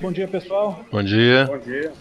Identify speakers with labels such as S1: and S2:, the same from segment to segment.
S1: Bom dia, pessoal.
S2: Bom dia.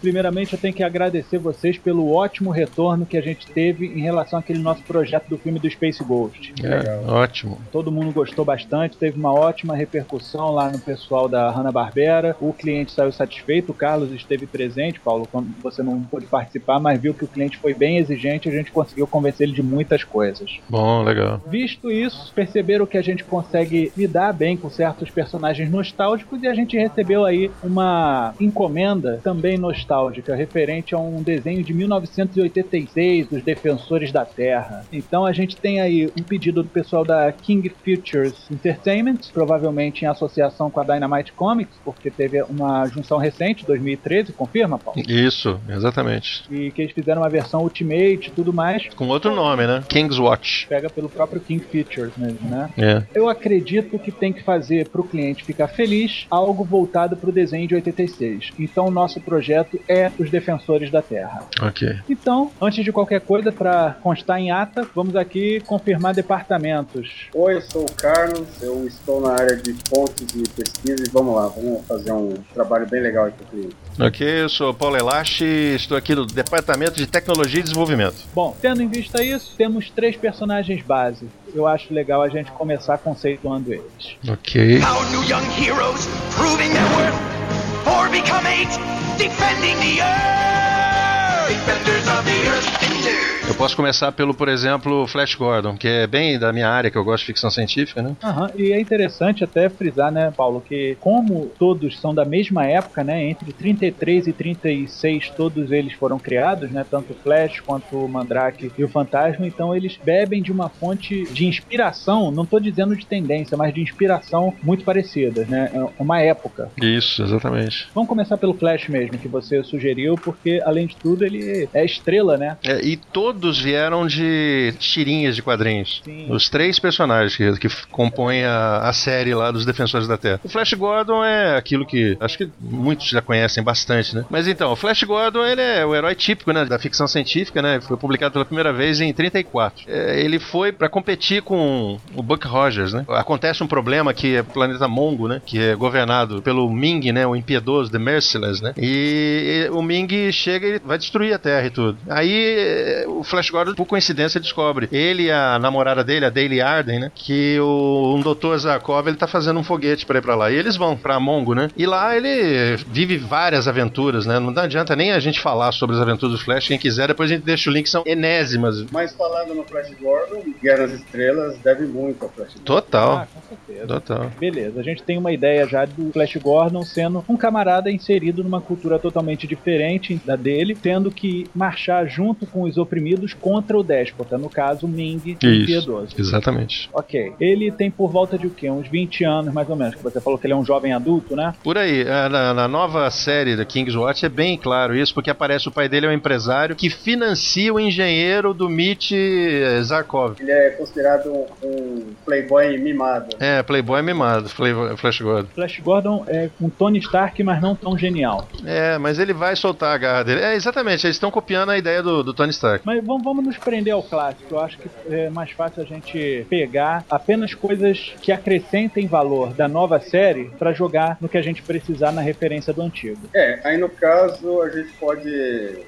S1: Primeiramente, eu tenho que agradecer vocês pelo ótimo retorno que a gente teve em relação àquele nosso projeto do filme do Space Ghost.
S2: É, ótimo.
S1: Todo mundo gostou bastante, teve uma ótima repercussão lá no pessoal da Hanna-Barbera. O cliente saiu satisfeito, o Carlos esteve presente, Paulo, quando você não pôde participar, mas viu que o cliente foi bem exigente, a gente conseguiu convencer ele de muitas coisas.
S2: Bom, legal.
S1: Visto isso, perceberam que a gente consegue lidar bem com certos personagens nostálgicos e a gente recebeu aí uma encomenda também nostálgica, referente a um desenho de 1986 dos Defensores da Terra. Então a gente tem aí um pedido do pessoal da King Features Entertainment, provavelmente em associação com a Dynamite Comics, porque teve uma junção recente, 2013, confirma, Paulo?
S2: Isso, exatamente.
S1: E que eles fizeram uma versão Ultimate e tudo mais,
S2: Com outro nome, né? King's Watch.
S1: pega pelo próprio King Features mesmo, né?
S2: É.
S1: Eu acredito que tem que fazer para o cliente ficar feliz algo voltado para o desenho de 86. Então, nosso projeto é os Defensores da Terra.
S2: Ok.
S1: Então, antes de qualquer coisa, para constar em ata, vamos aqui confirmar departamentos.
S3: Oi, eu sou o Carlos, eu estou na área de fontes e pesquisa e vamos lá, vamos fazer um trabalho bem legal aqui com ele.
S2: Ok, eu sou Paulo Elache, estou aqui no Departamento de Tecnologia e Desenvolvimento.
S1: Bom, tendo em vista isso, temos três personagens base. Eu acho legal a gente começar conceituando eles.
S2: Ok.
S4: Our new young heroes, proving their worth. Four become eight, defending the earth. Defenders of the earth.
S2: Eu posso começar pelo, por exemplo, Flash Gordon, que é bem da minha área, que eu gosto de ficção científica, né?
S1: Aham, e é interessante até frisar, né, Paulo, que como todos são da mesma época, né, entre 33 e 36 todos eles foram criados, né, tanto o Flash quanto o Mandrake e o Fantasma, então eles bebem de uma fonte de inspiração, não tô dizendo de tendência, mas de inspiração muito parecida, né, é uma época.
S2: Isso, exatamente.
S1: Vamos começar pelo Flash mesmo, que você sugeriu, porque além de tudo ele é estrela, né?
S2: É, e todos vieram de tirinhas de quadrinhos.
S1: Sim.
S2: Os três personagens que, que f- compõem a, a série lá dos Defensores da Terra. O Flash Gordon é aquilo que acho que muitos já conhecem bastante, né? Mas então, o Flash Gordon ele é o herói típico né, da ficção científica, né? Foi publicado pela primeira vez em 34. É, ele foi para competir com o Buck Rogers, né? Acontece um problema que é o planeta Mongo, né? Que é governado pelo Ming, né? O impiedoso, The Merciless, né? E, e o Ming chega e vai destruir a Terra e tudo. Aí eh, o Flash Gordon, por coincidência, descobre. Ele e a namorada dele, a Daily Arden, né? Que o, um doutor Zarkov, ele tá fazendo um foguete pra ir pra lá. E eles vão pra Mongo, né? E lá ele vive várias aventuras, né? Não adianta nem a gente falar sobre as aventuras do Flash. Quem quiser, depois a gente deixa o link. São enésimas.
S3: Mas falando no Flash Gordon, Guerra nas Estrelas deve muito ao Flash Gordon.
S2: Total.
S1: Ah, com certeza.
S2: Total.
S1: Beleza, a gente tem uma ideia já do Flash Gordon sendo um camarada inserido numa cultura totalmente diferente da dele, tendo que marchar junto com os oprimidos contra o déspota, no caso, Ming o Impiedoso.
S2: Isso. Exatamente.
S1: Ok. Ele tem por volta de o quê? Uns 20 anos, mais ou menos, que você falou que ele é um jovem adulto, né?
S2: Por aí, é, na, na nova série da King's Watch é bem claro isso, porque aparece o pai dele é um empresário que financia o engenheiro do Mitch eh, Zarkov.
S3: Ele é considerado um playboy mimado.
S2: É, Playboy mimado, Playboy- Flash Gordon.
S1: Flash Gordon é um Tony Stark, mas não tão genial.
S2: É, mas ele vai soltar a garra dele. É, exatamente, eles estão copiando a ideia do, do Tony Stark.
S1: Mas vamos, vamos nos prender ao clássico. Eu acho que é mais fácil a gente pegar apenas coisas que acrescentem valor da nova série pra jogar no que a gente precisar na referência do antigo.
S3: É, aí no caso a gente pode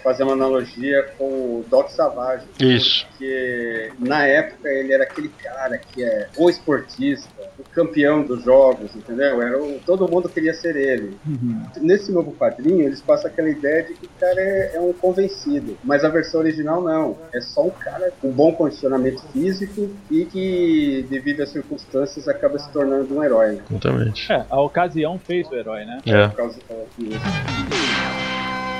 S3: fazer uma analogia com o Doc Savage.
S2: Isso.
S3: Porque na época ele era aquele cara que é o esportista, o campeão dos jogos, entendeu? Era o- todo mundo queria ser ele. Nesse novo quadrinho, eles passam aquela ideia de que o cara é, é um convencido. Mas a versão original não. É só um cara com bom condicionamento físico e que, devido às circunstâncias, acaba se tornando um herói.
S2: Exatamente.
S1: É, a ocasião fez o herói, né?
S2: É,
S3: Por causa do que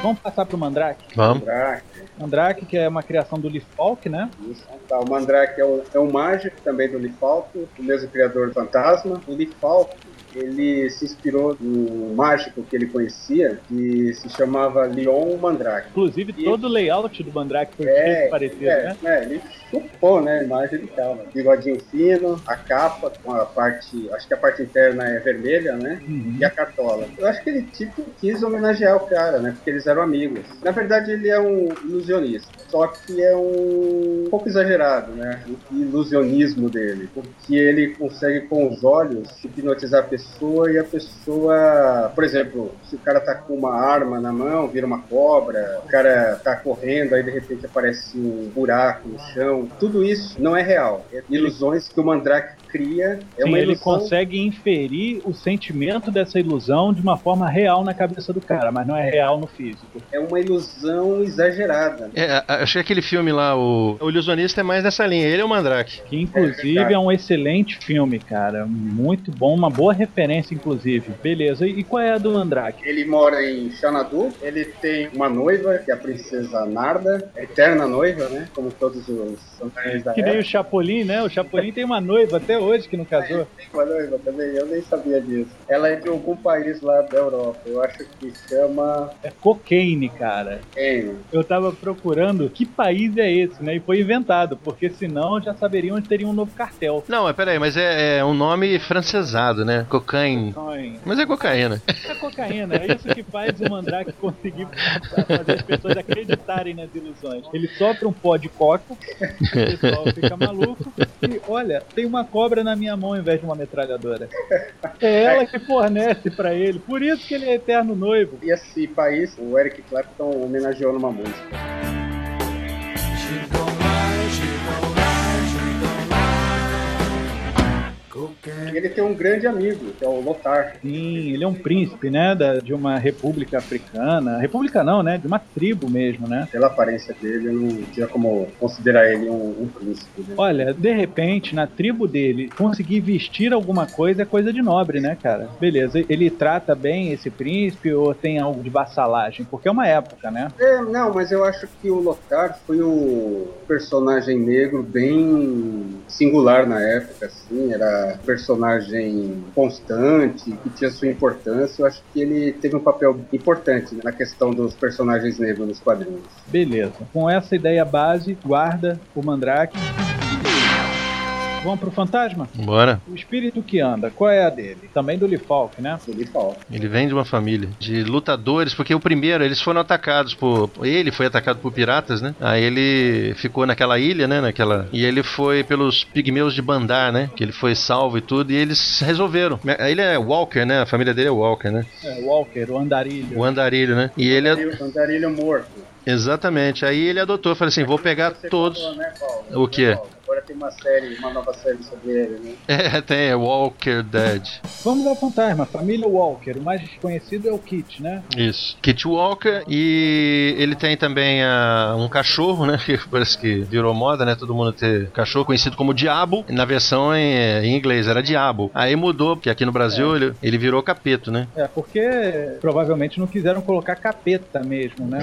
S1: Vamos passar pro Mandrake.
S2: vamos.
S3: Mandrake,
S1: Mandrake, que é uma criação do Leaf Falk, né?
S3: isso. Tá, o Mandrake é um, é um mágico também do Lifalco, o mesmo criador do Fantasma. O Lifalco ele se inspirou num mágico que ele conhecia, que se chamava Leon Mandrake.
S1: Inclusive,
S3: E-
S1: todo o layout do Mandrake foi
S3: É,
S1: feito parecido,
S3: é,
S1: né?
S3: é, ele chupou, né, a imagem do cara. Bigodinho fino, a capa com a parte, acho que a parte interna é vermelha, né?
S1: Uhum.
S3: E a cartola. Eu acho que ele tipo quis homenagear o cara, né? Porque eles eram amigos. Na verdade, ele é um ilusionista. Só que é um pouco exagerado, né? O ilusionismo dele. Porque ele consegue com os olhos hipnotizar a pessoa e a pessoa. Por exemplo, se o cara tá com uma arma na mão, vira uma cobra, o cara tá correndo, aí de repente aparece um buraco no chão. Tudo isso não é real. É ilusões que o Mandrake cria. É
S1: Sim,
S3: uma
S1: ele
S3: ilusão.
S1: consegue inferir o sentimento dessa ilusão de uma forma real na cabeça do cara, mas não é real no físico.
S3: é uma ilusão exagerada.
S2: É, a- a- achei aquele filme lá, o, o Ilusionista é mais nessa linha. Ele é o Mandrake.
S1: Que inclusive
S3: verdade.
S1: é um excelente filme, cara. Muito bom, uma boa referência, inclusive. Beleza, e e qual é a do Mandrake?
S3: Ele mora em Xanadu, ele tem uma noiva, que é a princesa Narda, a eterna noiva, né? Como todos os santarões da
S1: Que nem o
S3: época.
S1: Chapolin, né? O Chapolin tem uma noiva até hoje que não casou.
S3: Tem uma noiva também, eu nem sabia disso. Ela é de algum país lá da Europa, eu acho que chama...
S1: É cocaine, cara.
S3: Em,
S1: Eu tava procurando que país é esse, né? E foi inventado, porque senão já saberiam onde teria um novo cartel.
S2: Não, mas peraí, mas é, é um nome francesado, né? Cocaine.
S1: Cocaine.
S2: Mas é cocaína.
S1: É cocaína, é isso que faz o Mandrake conseguir fazer as pessoas acreditarem nas ilusões. Ele sopra um pó de coca, o pessoal fica maluco, e olha, tem uma cobra na minha mão ao invés de uma metralhadora. É ela que fornece pra ele, por isso que ele é eterno noivo.
S3: e esse país, o Eric Clapton homenageou numa música. E ele tem um grande amigo, que é o Lothar.
S1: Sim, ele é um príncipe, né, da- de uma república africana, república não, né, de uma tribo mesmo, né.
S3: Pela aparência dele, eu não tinha como considerar ele um, um príncipe, né?
S1: Olha, de repente, na tribo dele, conseguir vestir alguma coisa é coisa de nobre, né, cara? Beleza, ele trata bem esse príncipe ou tem algo de vassalagem? Porque é uma época, né?
S3: É, não, mas eu acho que o Lothar foi o personagem negro bem singular na época, assim, era um personagem constante, que tinha sua importância, eu acho que ele teve um papel importante né, na questão dos personagens negros nos quadrinhos.
S1: Beleza. Com essa ideia base, guarda o mandrake. Vamos pro fantasma?
S2: Bora.
S1: O espírito que anda, qual é a dele? Também do Lifalk, né?
S3: Ele fala.
S2: Ele vem de uma família de lutadores, porque o primeiro eles foram atacados por. Ele foi atacado por piratas, né? Aí ele ficou naquela ilha, né? Naquela. E ele foi pelos pigmeus de Bandar, né? Que ele foi salvo e tudo. E eles resolveram. Ele é Walker, né? A família dele é Walker, né?
S1: É, Walker, o andarilho.
S2: O andarilho, né? E ele.
S3: E o andarilho Então, morto.
S2: Exatamente. Aí ele adotou. Falei assim:
S3: É
S2: vou pegar
S3: Você
S2: todos.
S3: falou, né, Paulo?
S2: O quê?
S3: Agora tem uma série, uma nova série sobre ele, né?
S2: É, tem. É Walker Dead.
S1: Vamos ao fantasma, família Walker. O mais conhecido é o Kit, né?
S2: Isso. Kit Walker e ele tem também ah, um cachorro, né? Que parece que virou moda, né? Todo mundo ter cachorro conhecido como Diabo. Na versão em, eh, em inglês era Diabo. Aí mudou, porque aqui no Brasil ele, ele virou Capeto, né?
S1: É, porque provavelmente não quiseram colocar capeta mesmo, né?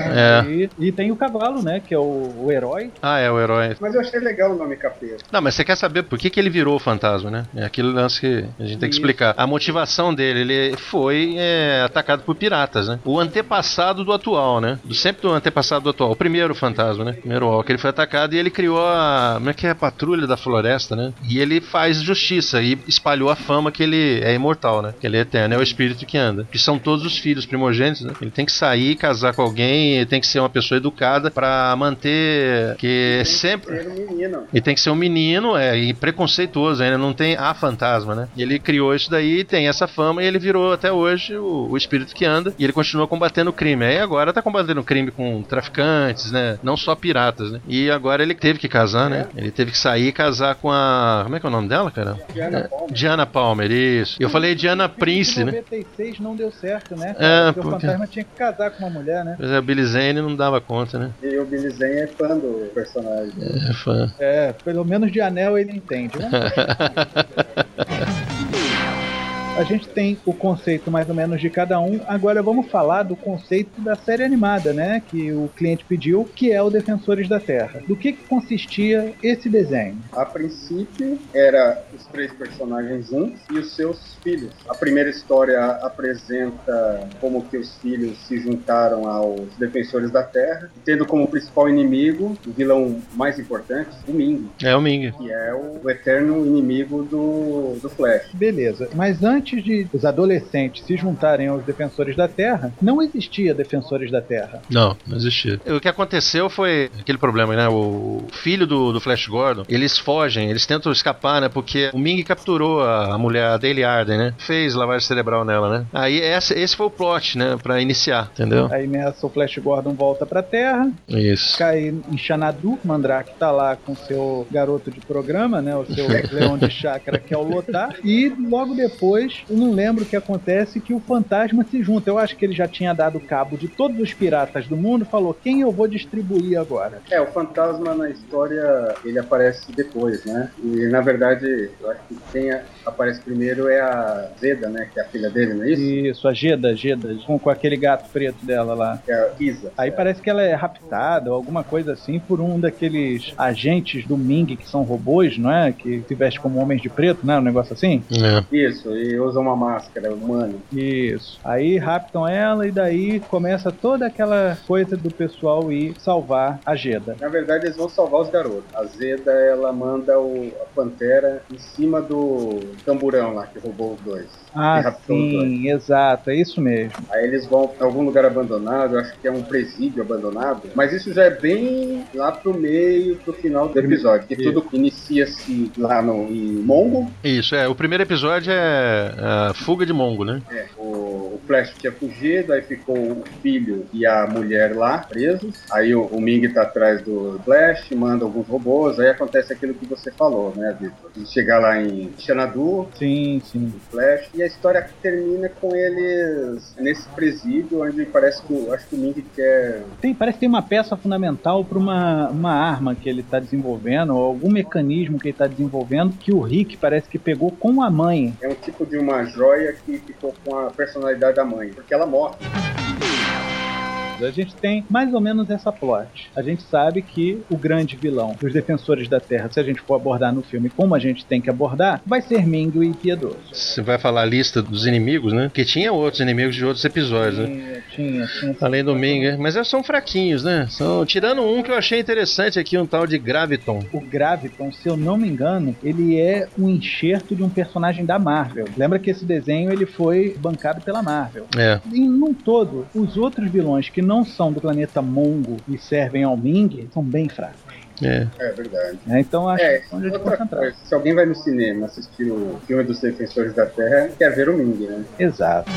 S2: É.
S1: E, e tem o cavalo, né? Que é o, o herói.
S2: Ah, é o herói.
S3: Mas eu achei legal o nome capeta.
S2: Não, mas você quer saber por que, que ele virou o fantasma, né? É aquele lance que a gente tem que
S1: Isso.
S2: explicar. A motivação dele, ele foi é, atacado por piratas, né? O antepassado do atual, né? Do, sempre do antepassado do atual. O primeiro fantasma, né? O primeiro Walker. Ele foi atacado e ele criou a. Como é que é? A patrulha da floresta, né? E ele faz justiça e espalhou a fama que ele é imortal, né? Que ele é eterno, é o espírito que anda. Que são todos os filhos primogênitos, né? Ele tem que sair, casar com alguém, ele tem que ser uma pessoa educada pra manter. Que é sempre.
S3: Ele era um menino.
S2: E tem que ser um menino, é, e preconceituoso ainda, não tem a fantasma, né? E ele criou isso daí, tem essa fama, e ele virou até hoje o, o espírito que anda, e ele continua combatendo o crime. Aí agora tá combatendo o crime com traficantes, né? Não só piratas, né? E agora ele teve que casar, né? Ele teve que sair e casar com a. Como é que é o nome dela, cara?
S3: Diana Palmer.
S2: Diana Palmer, isso. Eu falei Diana Prince, né?
S1: 96 não deu certo, né?
S2: É,
S1: porque o
S2: porque-
S1: fantasma tinha que casar com uma mulher, né?
S2: Mas a Billy é, Zane não dava conta, né?
S3: E o Billy Zane é fã do personagem.
S2: É fã.
S1: É, pelo menos de anel ele entende, né? A gente tem o conceito mais ou menos de cada um. Agora vamos falar do conceito da série animada, né? Que o cliente pediu, que é o Defensores da Terra. Do que, que consistia esse desenho?
S3: A princípio, era os três personagens juntos e os seus filhos. A primeira história apresenta como que os filhos se juntaram aos defensores da Terra, tendo como principal inimigo o vilão mais importante, o Ming,
S2: É o Ming.
S3: que é o, o eterno inimigo do, do Flash.
S1: Beleza, mas antes de os adolescentes se juntarem aos Defensores da Terra, não existia Defensores da Terra.
S2: Não, não existia. O que aconteceu foi aquele problema, né? O filho do, do Flash Gordon, eles fogem, eles tentam escapar, né? Porque o Ming capturou a, a mulher, a Daily Arden, né? Fez lavagem cerebral nela, né? Aí essa- esse foi o plot, né? Pra iniciar, entendeu?
S1: Aí nessa o Flash Gordon volta pra Terra,
S2: Isso.
S1: cai em Xanadu, Mandrake tá lá com seu garoto de programa, né? O seu leão de chácara, que é o Lotar. E logo depois, eu não lembro o que acontece, que o fantasma se junta. Eu acho que ele já tinha dado cabo de todos os piratas do mundo, falou quem eu vou distribuir agora.
S3: É, o fantasma na história ele aparece depois, né? E na verdade, eu acho que quem a- aparece primeiro é a Zeda, né? Que é a filha dele, não é isso?
S1: Isso, a Geda, Geda, com, com aquele gato preto dela lá.
S3: Que é a Isa.
S1: Aí parece que ela é raptada ou alguma coisa assim por um daqueles agentes do Ming que são robôs, não é? Que se veste como homens de preto, né? Um negócio assim.
S2: É.
S3: Isso, e usa uma máscara é humana.
S1: Isso. Aí raptam ela e daí começa toda aquela coisa do pessoal ir salvar a Jeda.
S3: Na verdade, eles vão salvar os garotos. A Zeda, ela manda o, a Pantera em cima do tamburão lá, que roubou os dois. que
S1: Ah,
S3: raptou os dois.
S1: sim, exato, é isso mesmo.
S3: Aí eles vão pra algum lugar abandonado, eu acho que é um presídio abandonado. Mas isso já é bem lá pro meio, pro final do episódio. Que tudo inicia-se lá no, em Mongo.
S2: Isso, é. O primeiro episódio é a fuga de Mongo, né?
S3: É, o, o Flash tinha fugido, aí ficou o filho e a mulher lá presos. Aí o, o Ming tá atrás do Flash, manda alguns robôs, aí acontece aquilo que você falou, né, Vitor? De Chegar lá em Xanadu,
S1: Sim, sim.
S3: Flash, e a história termina com eles nesse presídio, onde parece que o- acho que o Ming quer.
S1: Tem, parece que tem uma peça fundamental para uma, uma arma que ele está desenvolvendo, ou algum mecanismo que ele está desenvolvendo, que o Rick parece que pegou com a mãe.
S3: É um tipo de uma joia que ficou com a personalidade da mãe, porque ela morre.
S1: A gente tem mais ou menos essa plot. A gente sabe que o grande vilão dos Defensores da Terra, se a gente for abordar no filme como a gente tem que abordar, vai ser Ming o Impiedoso.
S2: Você vai falar a lista dos inimigos, né? Que tinha outros inimigos de outros episódios, né?
S1: Tinha, tinha, tinha.
S2: Além do Ming, é. mas eles são fraquinhos, né? São, tirando um que eu achei interessante aqui, um tal de Graviton.
S1: O Graviton, se eu não me engano, ele é um enxerto de um personagem da Marvel. Lembra que esse desenho ele foi bancado pela Marvel.
S2: É.
S1: E num todo, os outros vilões que não são do planeta Mongo e servem ao Ming são bem fracos.
S2: É.
S3: É verdade.
S1: né? Então acho
S3: É,
S1: que é onde a gente
S3: outra
S1: concentrar.
S3: coisa, se alguém vai no cinema assistir o filme dos Defensores da Terra, quer ver o Ming, né?
S1: Exato.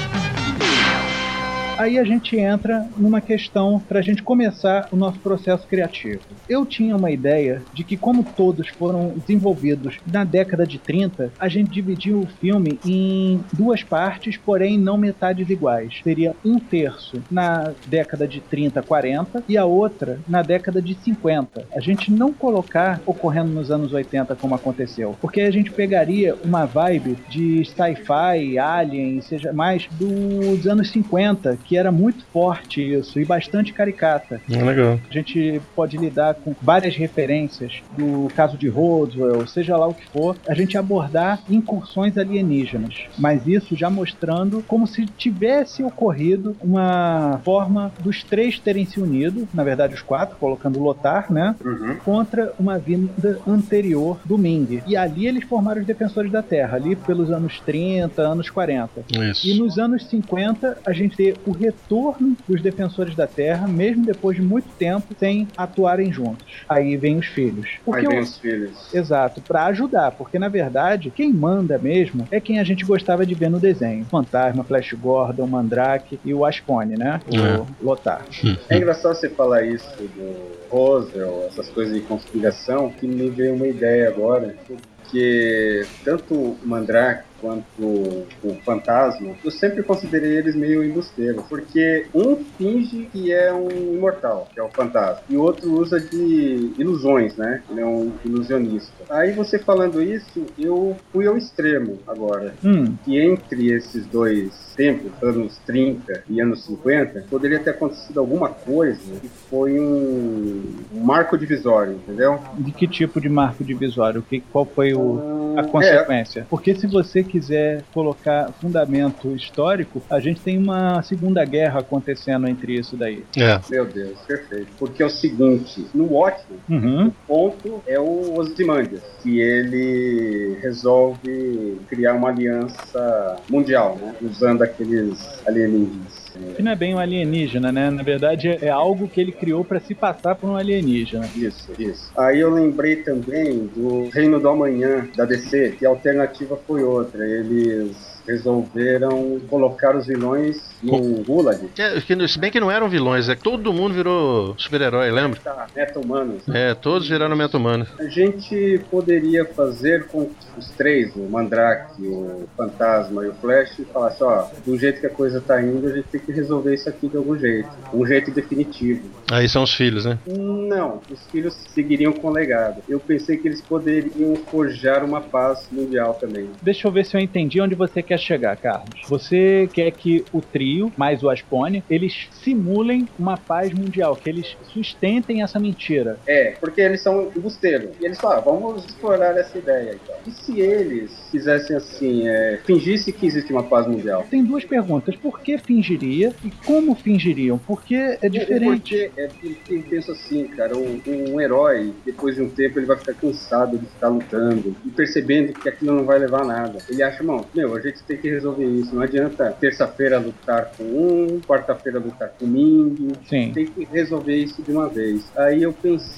S1: Aí a gente entra numa questão para a gente começar o nosso processo criativo. Eu tinha uma ideia de que, como todos foram desenvolvidos na década de 30, a gente dividiu o filme em duas partes, porém não metades iguais. Seria um terço na década de 30, 40 e a outra na década de 50. A gente não colocar ocorrendo nos anos 80 como aconteceu, porque a gente pegaria uma vibe de sci-fi, alien, seja mais dos anos 50, que era muito forte isso e bastante caricata.
S2: É legal.
S1: A gente pode lidar com várias referências do caso de Roswell, seja lá o que for, a gente abordar incursões alienígenas, mas isso já mostrando como se tivesse ocorrido uma forma dos três terem se unido, na verdade os quatro, colocando o Lotar, né,
S3: Uhum.
S1: contra uma vinda anterior do Ming. E ali eles formaram os Defensores da Terra, ali pelos anos 30, anos 40.
S2: Isso.
S1: E nos anos 50, a gente vê o retorno dos defensores da Terra, mesmo depois de muito tempo, sem atuarem juntos. Aí vem os filhos.
S3: Aí
S1: Porque
S3: vem
S1: o...
S3: os filhos.
S1: Exato, pra ajudar, porque na verdade quem manda mesmo é quem a gente gostava de ver no desenho: Fantasma, Flash Gordon, Mandrake e o Aspone, né? O
S2: É.
S1: Lotar.
S3: É engraçado você falar isso do Roswell, essas coisas de conspiração, que me veio uma ideia agora, porque tanto o Mandrake quanto o Fantasma, eu sempre considerei eles meio embusteiros, porque um finge que é um imortal, que é o Fantasma, e o outro usa de ilusões, né? Ele é um ilusionista. Aí você falando isso, eu fui ao extremo agora.
S1: Hum,
S3: que entre esses dois tempos, anos 30 e anos 50, poderia ter acontecido alguma coisa que foi um marco divisório, entendeu?
S1: de que tipo de marco divisório? O que, qual foi o, a
S3: É,
S1: consequência? Porque se você quiser colocar fundamento histórico, a gente tem uma segunda guerra acontecendo entre isso daí.
S2: É.
S3: Meu Deus, perfeito. Porque é o seguinte, no Watchmen,
S1: Uhum.
S3: ponto é o Ozymandias, que ele resolve criar uma aliança mundial, né? Usando aqueles alienígenas.
S1: Que não é bem um alienígena, né? Na verdade, é algo que ele criou para se passar por um alienígena.
S3: Isso, isso. Aí eu lembrei também do Reino do Amanhã, da DC, que a alternativa foi outra. Eles resolveram colocar os vilões no Gulag,
S2: É, que- se bem que não eram vilões, é que todo mundo virou super-herói, lembra?
S3: tá, meta-humanos,
S2: É, todos viraram meta humano.
S3: A gente poderia fazer com que os três, o Mandrake, o Fantasma e o Flash, falasse, ó, do jeito que a coisa tá indo, a gente tem que resolver isso aqui de algum jeito. Um jeito definitivo.
S2: Aí são os filhos, né?
S3: Não, os filhos seguiriam com o legado. Eu pensei que eles poderiam forjar uma paz mundial também.
S1: Deixa eu ver se eu entendi onde você quer chegar, Carlos. Você quer que o trio, mais o Aspone, eles simulem uma paz mundial, que eles sustentem essa mentira.
S3: É, porque eles são embusteiros. E eles falam, ah, vamos explorar essa ideia. Então. E se eles fizessem assim, é, fingisse que existe uma paz mundial?
S1: Tem duas perguntas. Por que fingiria e como fingiriam? Porque é diferente.
S3: Porque é porque eu penso assim, cara, um, um herói, depois de um tempo, ele vai ficar cansado de ficar lutando e percebendo que aquilo não vai levar a nada. Ele acha, mano, meu, a gente tem que resolver isso. Não adianta terça-feira lutar com um, quarta-feira lutar um comigo.
S1: Sim.
S3: Tem que resolver isso de uma vez. Aí eu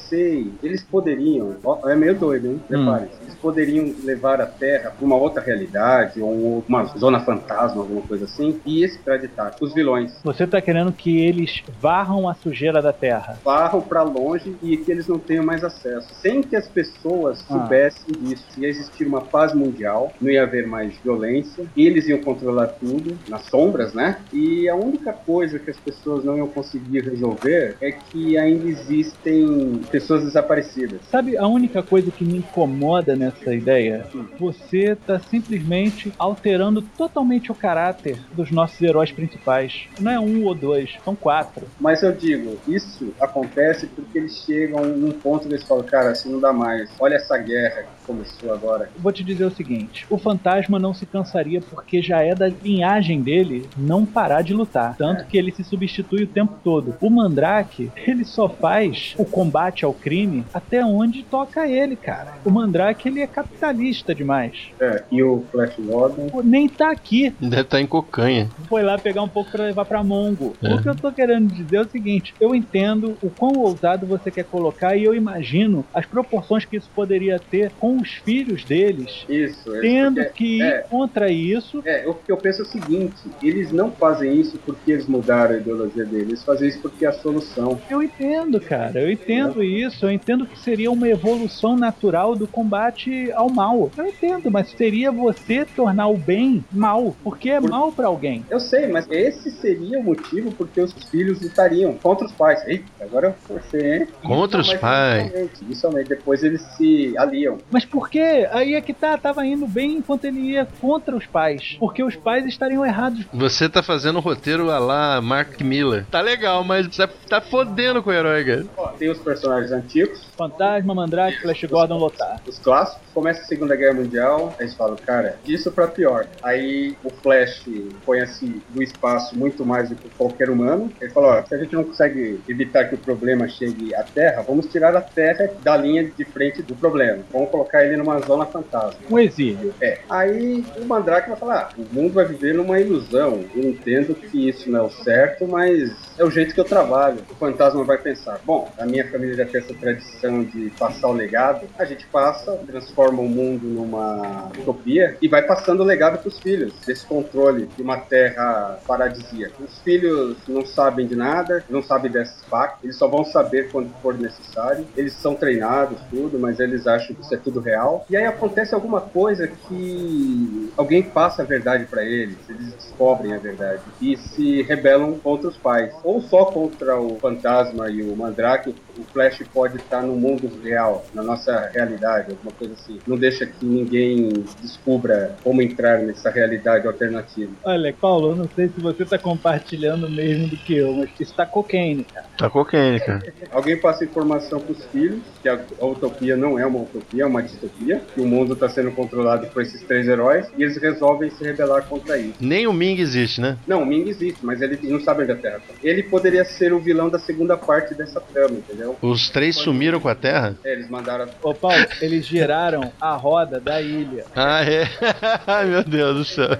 S3: pensei, eles poderiam, ó, é meio doido, hein? Preparem-se. Eles poderiam levar a Terra para uma outra realidade, ou uma zona fantasma, alguma coisa assim, e extraditar os vilões.
S1: Você tá querendo que eles varram a sujeira da terra.
S3: barro para longe e que eles não tenham mais acesso. Sem que as pessoas
S1: Ah.
S3: soubessem disso, ia existir uma paz mundial, não ia haver mais violência, eles iam controlar tudo, nas sombras, né? E a única coisa que as pessoas não iam conseguir resolver é que ainda existem pessoas desaparecidas.
S1: Sabe a única coisa que me incomoda nessa ideia? Você tá simplesmente alterando totalmente o caráter dos nossos heróis principais. Não é um ou dois, são quatro.
S3: Mas eu digo, isso acontece porque eles chegam num ponto que eles falam, cara, assim não dá mais. Olha essa guerra que começou agora.
S1: Vou te dizer o seguinte: o fantasma não se cansaria porque já é da linhagem dele não parar de lutar. Tanto que ele se substitui o tempo todo. O Mandrake, ele só faz o combate ao crime até onde toca ele, cara. O Mandrake, ele é capitalista demais.
S3: É, e o Flash Gordon
S1: Pô, Nem tá aqui,
S2: Deve estar em cocanha.
S1: foi lá pegar um pouco pra levar pra Mongo. O que eu tô querendo dizer é o seguinte: eu entendo o quão ousado você quer colocar e eu imagino as proporções que isso poderia ter com os filhos deles
S3: Isso, eles-
S1: tendo
S3: porque-
S1: que ir
S3: é.
S1: contra isso.
S3: É, o que eu penso é o seguinte: eles não fazem isso porque eles mudaram a ideologia deles, eles fazem isso porque é a solução.
S1: Eu entendo, cara. Eu entendo isso. Eu entendo que seria uma evolução natural do combate ao mal. Eu entendo, mas seria você tornar o bem mal, porque é
S3: Por-
S1: mal pra alguém.
S3: Eu sei, mas esse seria o motivo porque os filhos lutariam contra os pais. Eita, agora eu forcei, hein?
S2: Contra os pais.
S3: Inicialmente, inicialmente, depois eles se aliam.
S1: Mas por quê? Aí é que tá, tava indo bem enquanto ele ia contra os pais. Porque os pais estariam errados.
S2: Você tá fazendo um roteiro a lá Mark Miller. Tá legal, mas tá, tá fodendo com o herói, cara.
S3: Ó, tem os personagens antigos,
S1: Fantasma, Mandrake, Flash Gordon lotar.
S3: os clássicos. Começa a Segunda Guerra Mundial, aí eles falam, cara, disso pra pior. Aí o Flash conhece o espaço muito mais do que qualquer humano. Ele fala, ó, se a gente não consegue evitar que o problema chegue à Terra, vamos tirar a Terra da linha de frente do problema. Vamos colocar ele numa zona fantasma.
S1: Um exílio.
S3: É. Aí o Mandrake vai falar, ah, o mundo vai viver numa ilusão. Eu entendo que isso não é o certo, mas é o jeito que eu trabalho. O fantasma vai pensar, bom, a minha família já tem essa tradição de passar o legado, a gente passa, transforma transforma o mundo numa utopia e vai passando o legado pros filhos, desse controle de uma terra paradisíaca. Os filhos não sabem de nada, não sabem dessas facas, eles só vão saber quando for necessário. Eles são treinados, tudo, mas eles acham que isso é tudo real. E aí acontece alguma coisa que alguém passa a verdade pra eles, eles descobrem a verdade e se rebelam contra os pais, ou só contra o fantasma e o mandrake. O Flash pode estar no mundo real, na nossa realidade, alguma coisa assim. Não deixa que ninguém descubra como entrar nessa realidade alternativa.
S1: Olha, Paulo, eu não sei se você tá compartilhando mesmo do que eu, mas isso tá cocaine, cara.
S2: Tá cocaine, cara.
S3: Alguém passa informação para os filhos que a, a utopia não é uma utopia, é uma distopia, que o mundo está sendo controlado por esses três heróis e eles resolvem se rebelar contra isso.
S2: Nem o Ming existe, né?
S3: Não, o Ming existe, mas ele não sabe onde a Terra tá. Ele poderia ser o vilão da segunda parte dessa trama, entendeu?
S2: Os três sumiram com a Terra?
S3: É, eles mandaram.
S1: Ô, Paulo, eles giraram a roda da ilha.
S2: Ah, é? Ai, meu Deus do céu.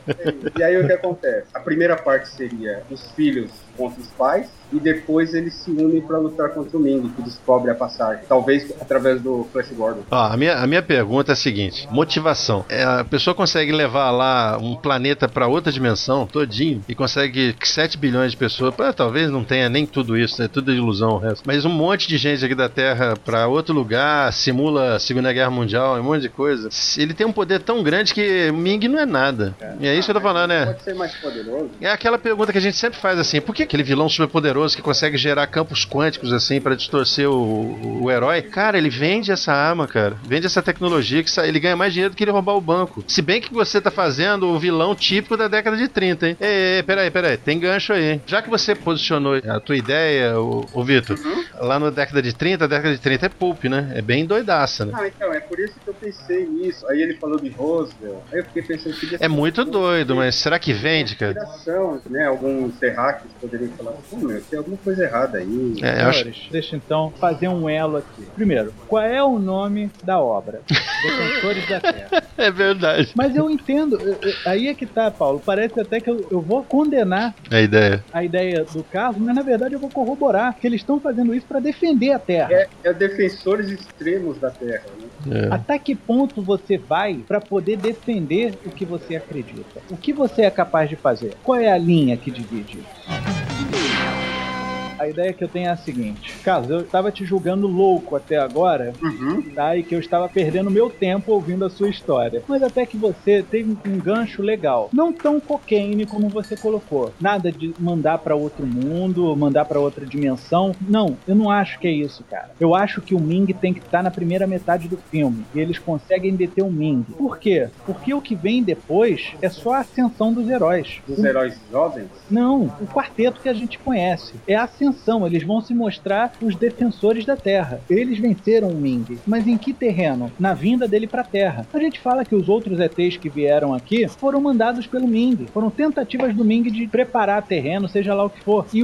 S3: E aí o que acontece? A primeira parte seria os filhos contra os pais e depois eles se unem para lutar contra o Ming, que descobre a passagem, talvez através do Flash Gordon.
S2: Ó, a, minha, a minha pergunta é a seguinte: motivação. É, a pessoa consegue levar lá um planeta para outra dimensão todinho e consegue que 7 bilhões de pessoas, pra, talvez não tenha nem tudo isso, né? Tudo ilusão o resto. Mas um monte de gente aqui da Terra para outro lugar, simula a Segunda Guerra Mundial, um monte de coisa. Ele tem um poder tão grande que Ming não é nada. e é isso que eu tô falando, né?
S3: Pode ser mais poderoso.
S2: É aquela pergunta que a gente sempre faz assim: por que aquele vilão superpoderoso que consegue gerar campos quânticos assim para distorcer o, o herói? Cara, ele vende essa arma, cara. Vende essa tecnologia que sa- ele ganha mais dinheiro do que ele roubar o banco. Se bem que você tá fazendo o vilão típico da década de 30, hein? Ei, ei, peraí, peraí, tem gancho aí. hein? Já que você posicionou a tua ideia, o, Vitor, lá na década de 30, década de 30 é pulp, né? É bem doidaça, né?
S3: Ah, então, é por isso que eu pensei nisso. Aí ele falou de Roosevelt. Aí eu fiquei pensando que
S2: É muito doido, mas será que vende, cara?
S3: inspiração, né? Alguns terráqueos poderiam falar, pô, meu, tem alguma coisa errada aí.
S2: É, eu acho,
S1: Senhores, deixa então fazer um elo aqui. Primeiro, qual é o nome da obra? Defensores da Terra.
S2: é verdade.
S1: Mas eu entendo, eu- eu- aí é que tá, Paulo. Parece até que eu, eu vou condenar
S2: É a ideia.
S1: a ideia do caso, mas na verdade eu vou corroborar que eles estão fazendo isso para defender a Terra.
S3: É, é defensores extremos da Terra, né?
S2: É.
S1: Até que ponto você vai para poder defender o que você acredita? O que você é capaz de fazer? Qual é a linha que divide? A ideia que eu tenho é a seguinte: Carlos, eu estava te julgando louco até agora, tá? E que eu estava perdendo meu tempo ouvindo a sua história. Mas até que você teve um gancho legal. Não tão cocaine como você colocou. Nada de mandar pra outro mundo, mandar pra outra dimensão. Não, eu não acho que é isso, cara. Eu acho que o Ming tem que estar na primeira metade do filme. E eles conseguem deter o Ming. Por quê? Porque o que vem depois é só a ascensão dos heróis.
S3: Dos
S1: O
S3: heróis jovens.
S1: não, o quarteto que a gente conhece. É a ascensão, eles vão se mostrar os defensores da Terra. Eles venceram o Ming, mas em que terreno? Na vinda dele pra Terra. A gente fala que os outros ETs que vieram aqui foram mandados pelo Ming, foram tentativas do Ming de preparar terreno, seja lá o que for. E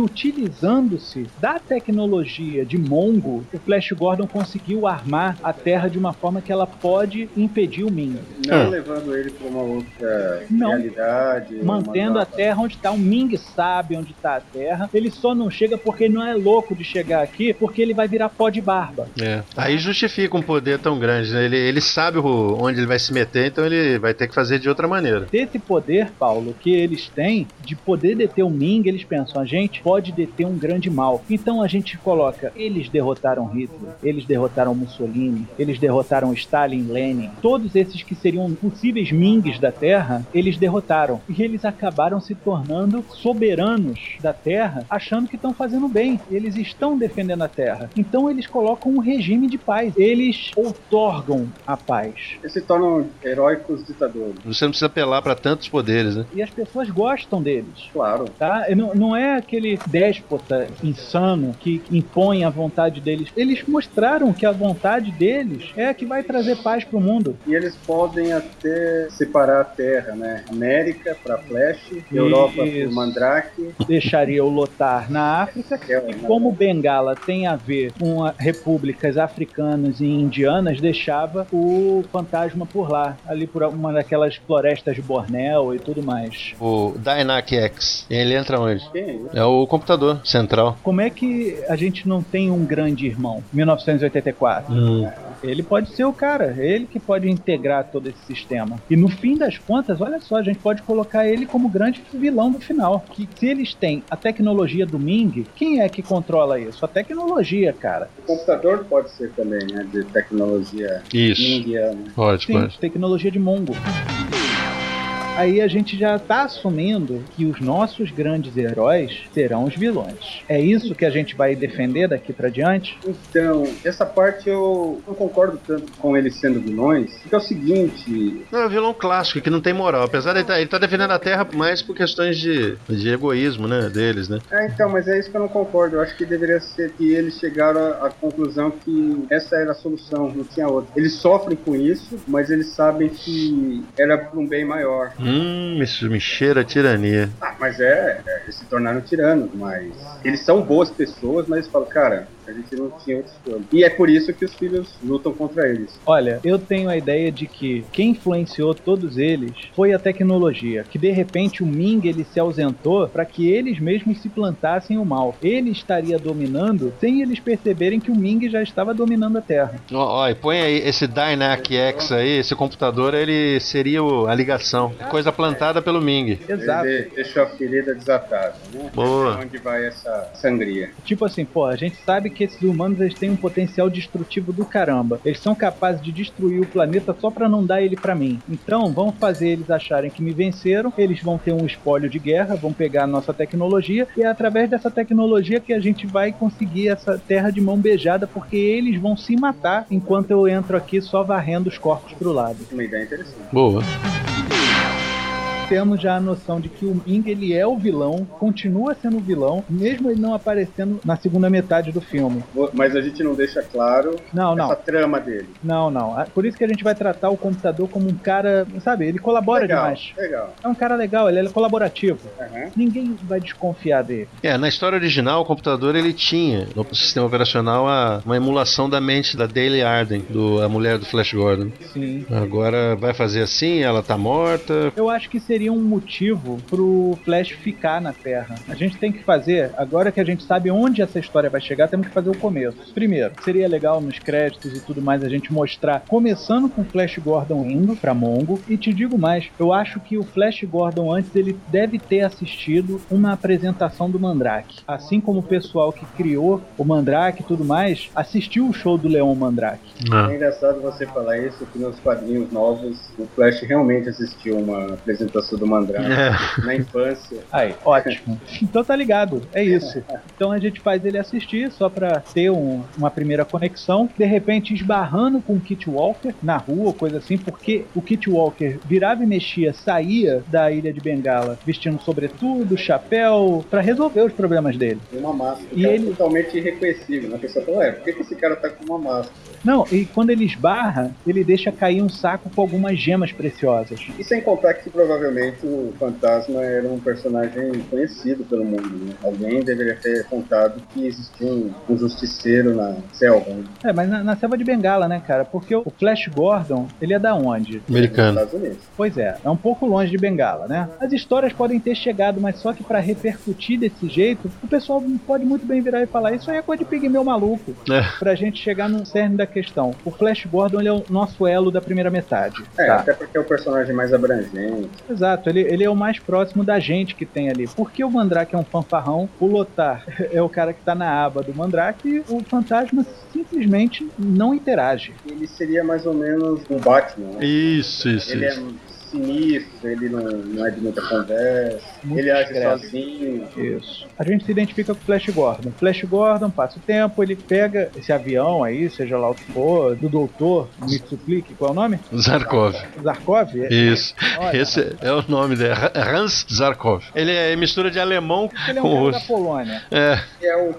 S1: utilizando-se da tecnologia de Mongo, o Flash Gordon conseguiu armar a Terra de uma forma que ela pode impedir o Ming.
S3: Não
S2: Ah.
S3: levando ele para uma outra
S1: Não.
S3: realidade. uma
S1: mantendo a
S3: nova-
S1: terra onde está. O Ming sabe onde está a terra. Ele só não chega porque ele não é louco de chegar aqui, porque ele vai virar pó de barba.
S2: É. Aí justifica um poder tão grande, né? Ele, ele sabe o- onde ele vai se meter, então ele vai ter que fazer de outra maneira.
S1: Desse poder, Paulo, que eles têm de poder deter o Ming, eles pensam, a gente pode deter um grande mal. Então a gente coloca, eles derrotaram Hitler, eles derrotaram Mussolini, eles derrotaram Stalin, Lenin. Todos esses que seriam possíveis Mings da Terra, eles derrotaram. E eles acabaram se tornando soberanos da Terra, achando que estão fazendo bem. Eles estão defendendo a Terra. Então eles colocam um regime de paz. Eles outorgam a paz.
S3: Eles se tornam heróicos ditadores.
S2: Você não precisa apelar pra tantos poderes, né?
S1: E as pessoas gostam deles.
S3: Claro.
S1: tá? E Não, não é aquele déspota insano que impõe a vontade deles. Eles mostraram que a vontade deles é a que vai trazer paz pro mundo.
S3: E eles podem até separar a Terra, né? América para Flash, Europa para
S1: Isso.
S3: Mandrake.
S1: Deixaria o lotar na África.
S3: É,
S1: E
S3: né?
S1: como Bengala tem a ver com a- repúblicas africanas e indianas, deixava o fantasma por lá, ali por uma daquelas florestas de Bornéu e tudo mais.
S2: O Dynac X, ele entra onde?
S3: Quem?
S2: É o computador central. Hum.
S1: Como é que a gente não tem um grande irmão? 1984. Ele pode ser o cara, ele que pode integrar todo esse sistema. E no fim das contas, olha só, a gente pode colocar ele como grande vilão do final. Que se eles têm a tecnologia do Ming, quem é que controla isso? A tecnologia, cara.
S3: O computador pode ser também, né? De tecnologia
S2: Isso.
S3: indiana.
S2: Pode,
S1: Sim,
S2: pode.
S1: tecnologia de Mongo. Aí a gente já tá assumindo que os nossos grandes heróis serão os vilões. É isso que a gente vai defender daqui pra diante?
S3: Então, essa parte eu não concordo tanto com eles sendo vilões, porque é o seguinte,
S2: Não, é um vilão clássico que não tem moral. Apesar de ele tá, ele tá defendendo a Terra mais por questões de, de egoísmo, né? Deles, né?
S3: é, então, mas é isso que eu não concordo. Eu acho que deveria ser que eles chegaram à, à conclusão que essa era a solução, não tinha outra. Eles sofrem com isso, mas eles sabem que era por um bem maior.
S2: Hum, isso me cheira a tirania.
S3: Ah, mas é, é, eles se tornaram tiranos, mas eles são boas pessoas, mas eles falam, cara, a gente não tinha outra escolha. E é por isso que os filhos lutam contra eles.
S1: Olha, eu tenho a ideia de que quem influenciou todos eles foi a tecnologia, que de repente o Ming ele se ausentou para que eles mesmos se plantassem o mal. Ele estaria dominando sem eles perceberem que o Ming já estava dominando a Terra.
S2: Ó, ó, e põe aí esse Dynac X aí, esse computador, ele seria o- a ligação. Coisa plantada pelo Ming.
S1: Exato.
S3: Ele deixou a ferida desatada, né?
S2: Boa.
S3: Onde vai essa sangria?
S1: Tipo assim, pô, a gente sabe que esses humanos eles têm um potencial destrutivo do caramba. Eles são capazes de destruir o planeta só pra não dar ele pra mim. Então, vamos fazer eles acharem que me venceram, eles vão ter um espólio de guerra, vão pegar a nossa tecnologia e é através dessa tecnologia que a gente vai conseguir essa terra de mão beijada, porque eles vão se matar enquanto eu entro aqui só varrendo os corpos pro lado
S3: Uma ideia interessante.
S2: Boa.
S1: temos já a noção de que o Ming ele é o vilão, continua sendo o vilão, mesmo ele não aparecendo na segunda metade do filme.
S3: Vo- Mas a gente não deixa claro
S1: Não, não,
S3: essa trama dele.
S1: não, não. Ah, Por isso que a gente vai tratar o computador como um cara, sabe, ele colabora
S3: legal,
S1: demais.
S3: Legal.
S1: É um cara legal, ele é colaborativo.
S3: Aham.
S1: Ninguém vai desconfiar dele.
S2: É, na história original, o computador ele tinha no sistema operacional a- uma emulação da mente da Daily Arden, do, a mulher do Flash Gordon.
S1: Sim.
S2: Agora vai fazer assim, ela tá morta.
S1: Eu acho que seria um motivo pro Flash ficar na Terra. A gente tem que fazer, agora que a gente sabe onde essa história vai chegar, temos que fazer o começo. Primeiro, seria legal nos créditos e tudo mais a gente mostrar, começando com o Flash Gordon indo pra Mongo. E te digo mais, eu acho que o Flash Gordon antes ele deve ter assistido uma apresentação do Mandrake. Assim como o pessoal que criou o Mandrake e tudo mais, assistiu o show do Leon Mandrake.
S3: É engraçado você falar isso, que nos quadrinhos novos, o Flash realmente assistiu uma apresentação do Mandrake
S2: É.
S3: na infância.
S1: Aí, ótimo. Então tá ligado, é isso. Então a gente faz ele assistir só pra ter um- uma primeira conexão. De repente esbarrando com o Kit Walker na rua, ou coisa assim, porque o Kit Walker virava e mexia, saía da ilha de Bengala vestindo sobretudo, chapéu, pra resolver os problemas dele.
S3: e Uma máscara.
S1: E
S3: E
S1: ele-
S3: ele... totalmente irreconhecível. né? A pessoa fala, ué, por que, que esse cara tá com uma máscara?
S1: Não, e quando ele esbarra, ele deixa cair um saco com algumas gemas preciosas.
S3: E sem contar que provavelmente o Fantasma era um personagem conhecido pelo mundo. Né? Alguém deveria ter contado que existia um, um justiceiro na selva. Né?
S1: É, mas na, na selva de Bengala, né, cara? Porque o Flash Gordon, ele é da onde?
S3: Nos
S2: Americano.
S3: Estados Unidos.
S1: Pois é, é um pouco longe de Bengala, né? As histórias podem ter chegado, mas só que pra repercutir desse jeito, o pessoal pode muito bem virar e falar: Isso aí é coisa de pigmeu maluco.
S2: É.
S1: Pra gente chegar no cerne da questão. O Flash Gordon ele é o nosso elo da primeira metade.
S3: É,
S1: tá?
S3: até porque é o personagem mais abrangente.
S1: Exato, ele, ele é o mais próximo da gente que tem ali. Porque o Mandrake é um fanfarrão, o Lotar é o cara que tá na aba do Mandrake e o fantasma simplesmente não interage.
S3: Ele seria mais ou menos um Batman. Né?
S2: Isso, isso,
S3: Ele é
S2: isso.
S3: sinistro, ele não, não é de muita conversa,
S1: Muito
S3: ele age
S1: discreto.
S3: sozinho.
S1: Isso. A gente se identifica com o Flash Gordon. Flash Gordon passa o tempo, ele pega esse avião aí, seja lá o que for, do doutor Mitsuplique, qual é o nome?
S2: Zarkov.
S1: Zarkov? É-
S2: Isso.
S1: Olha.
S2: Esse é o nome dele. Hans Zarkov. Ele é mistura de alemão
S1: Ele é um
S2: com
S1: cara da
S2: russo.
S1: Polônia.
S2: É,
S3: É o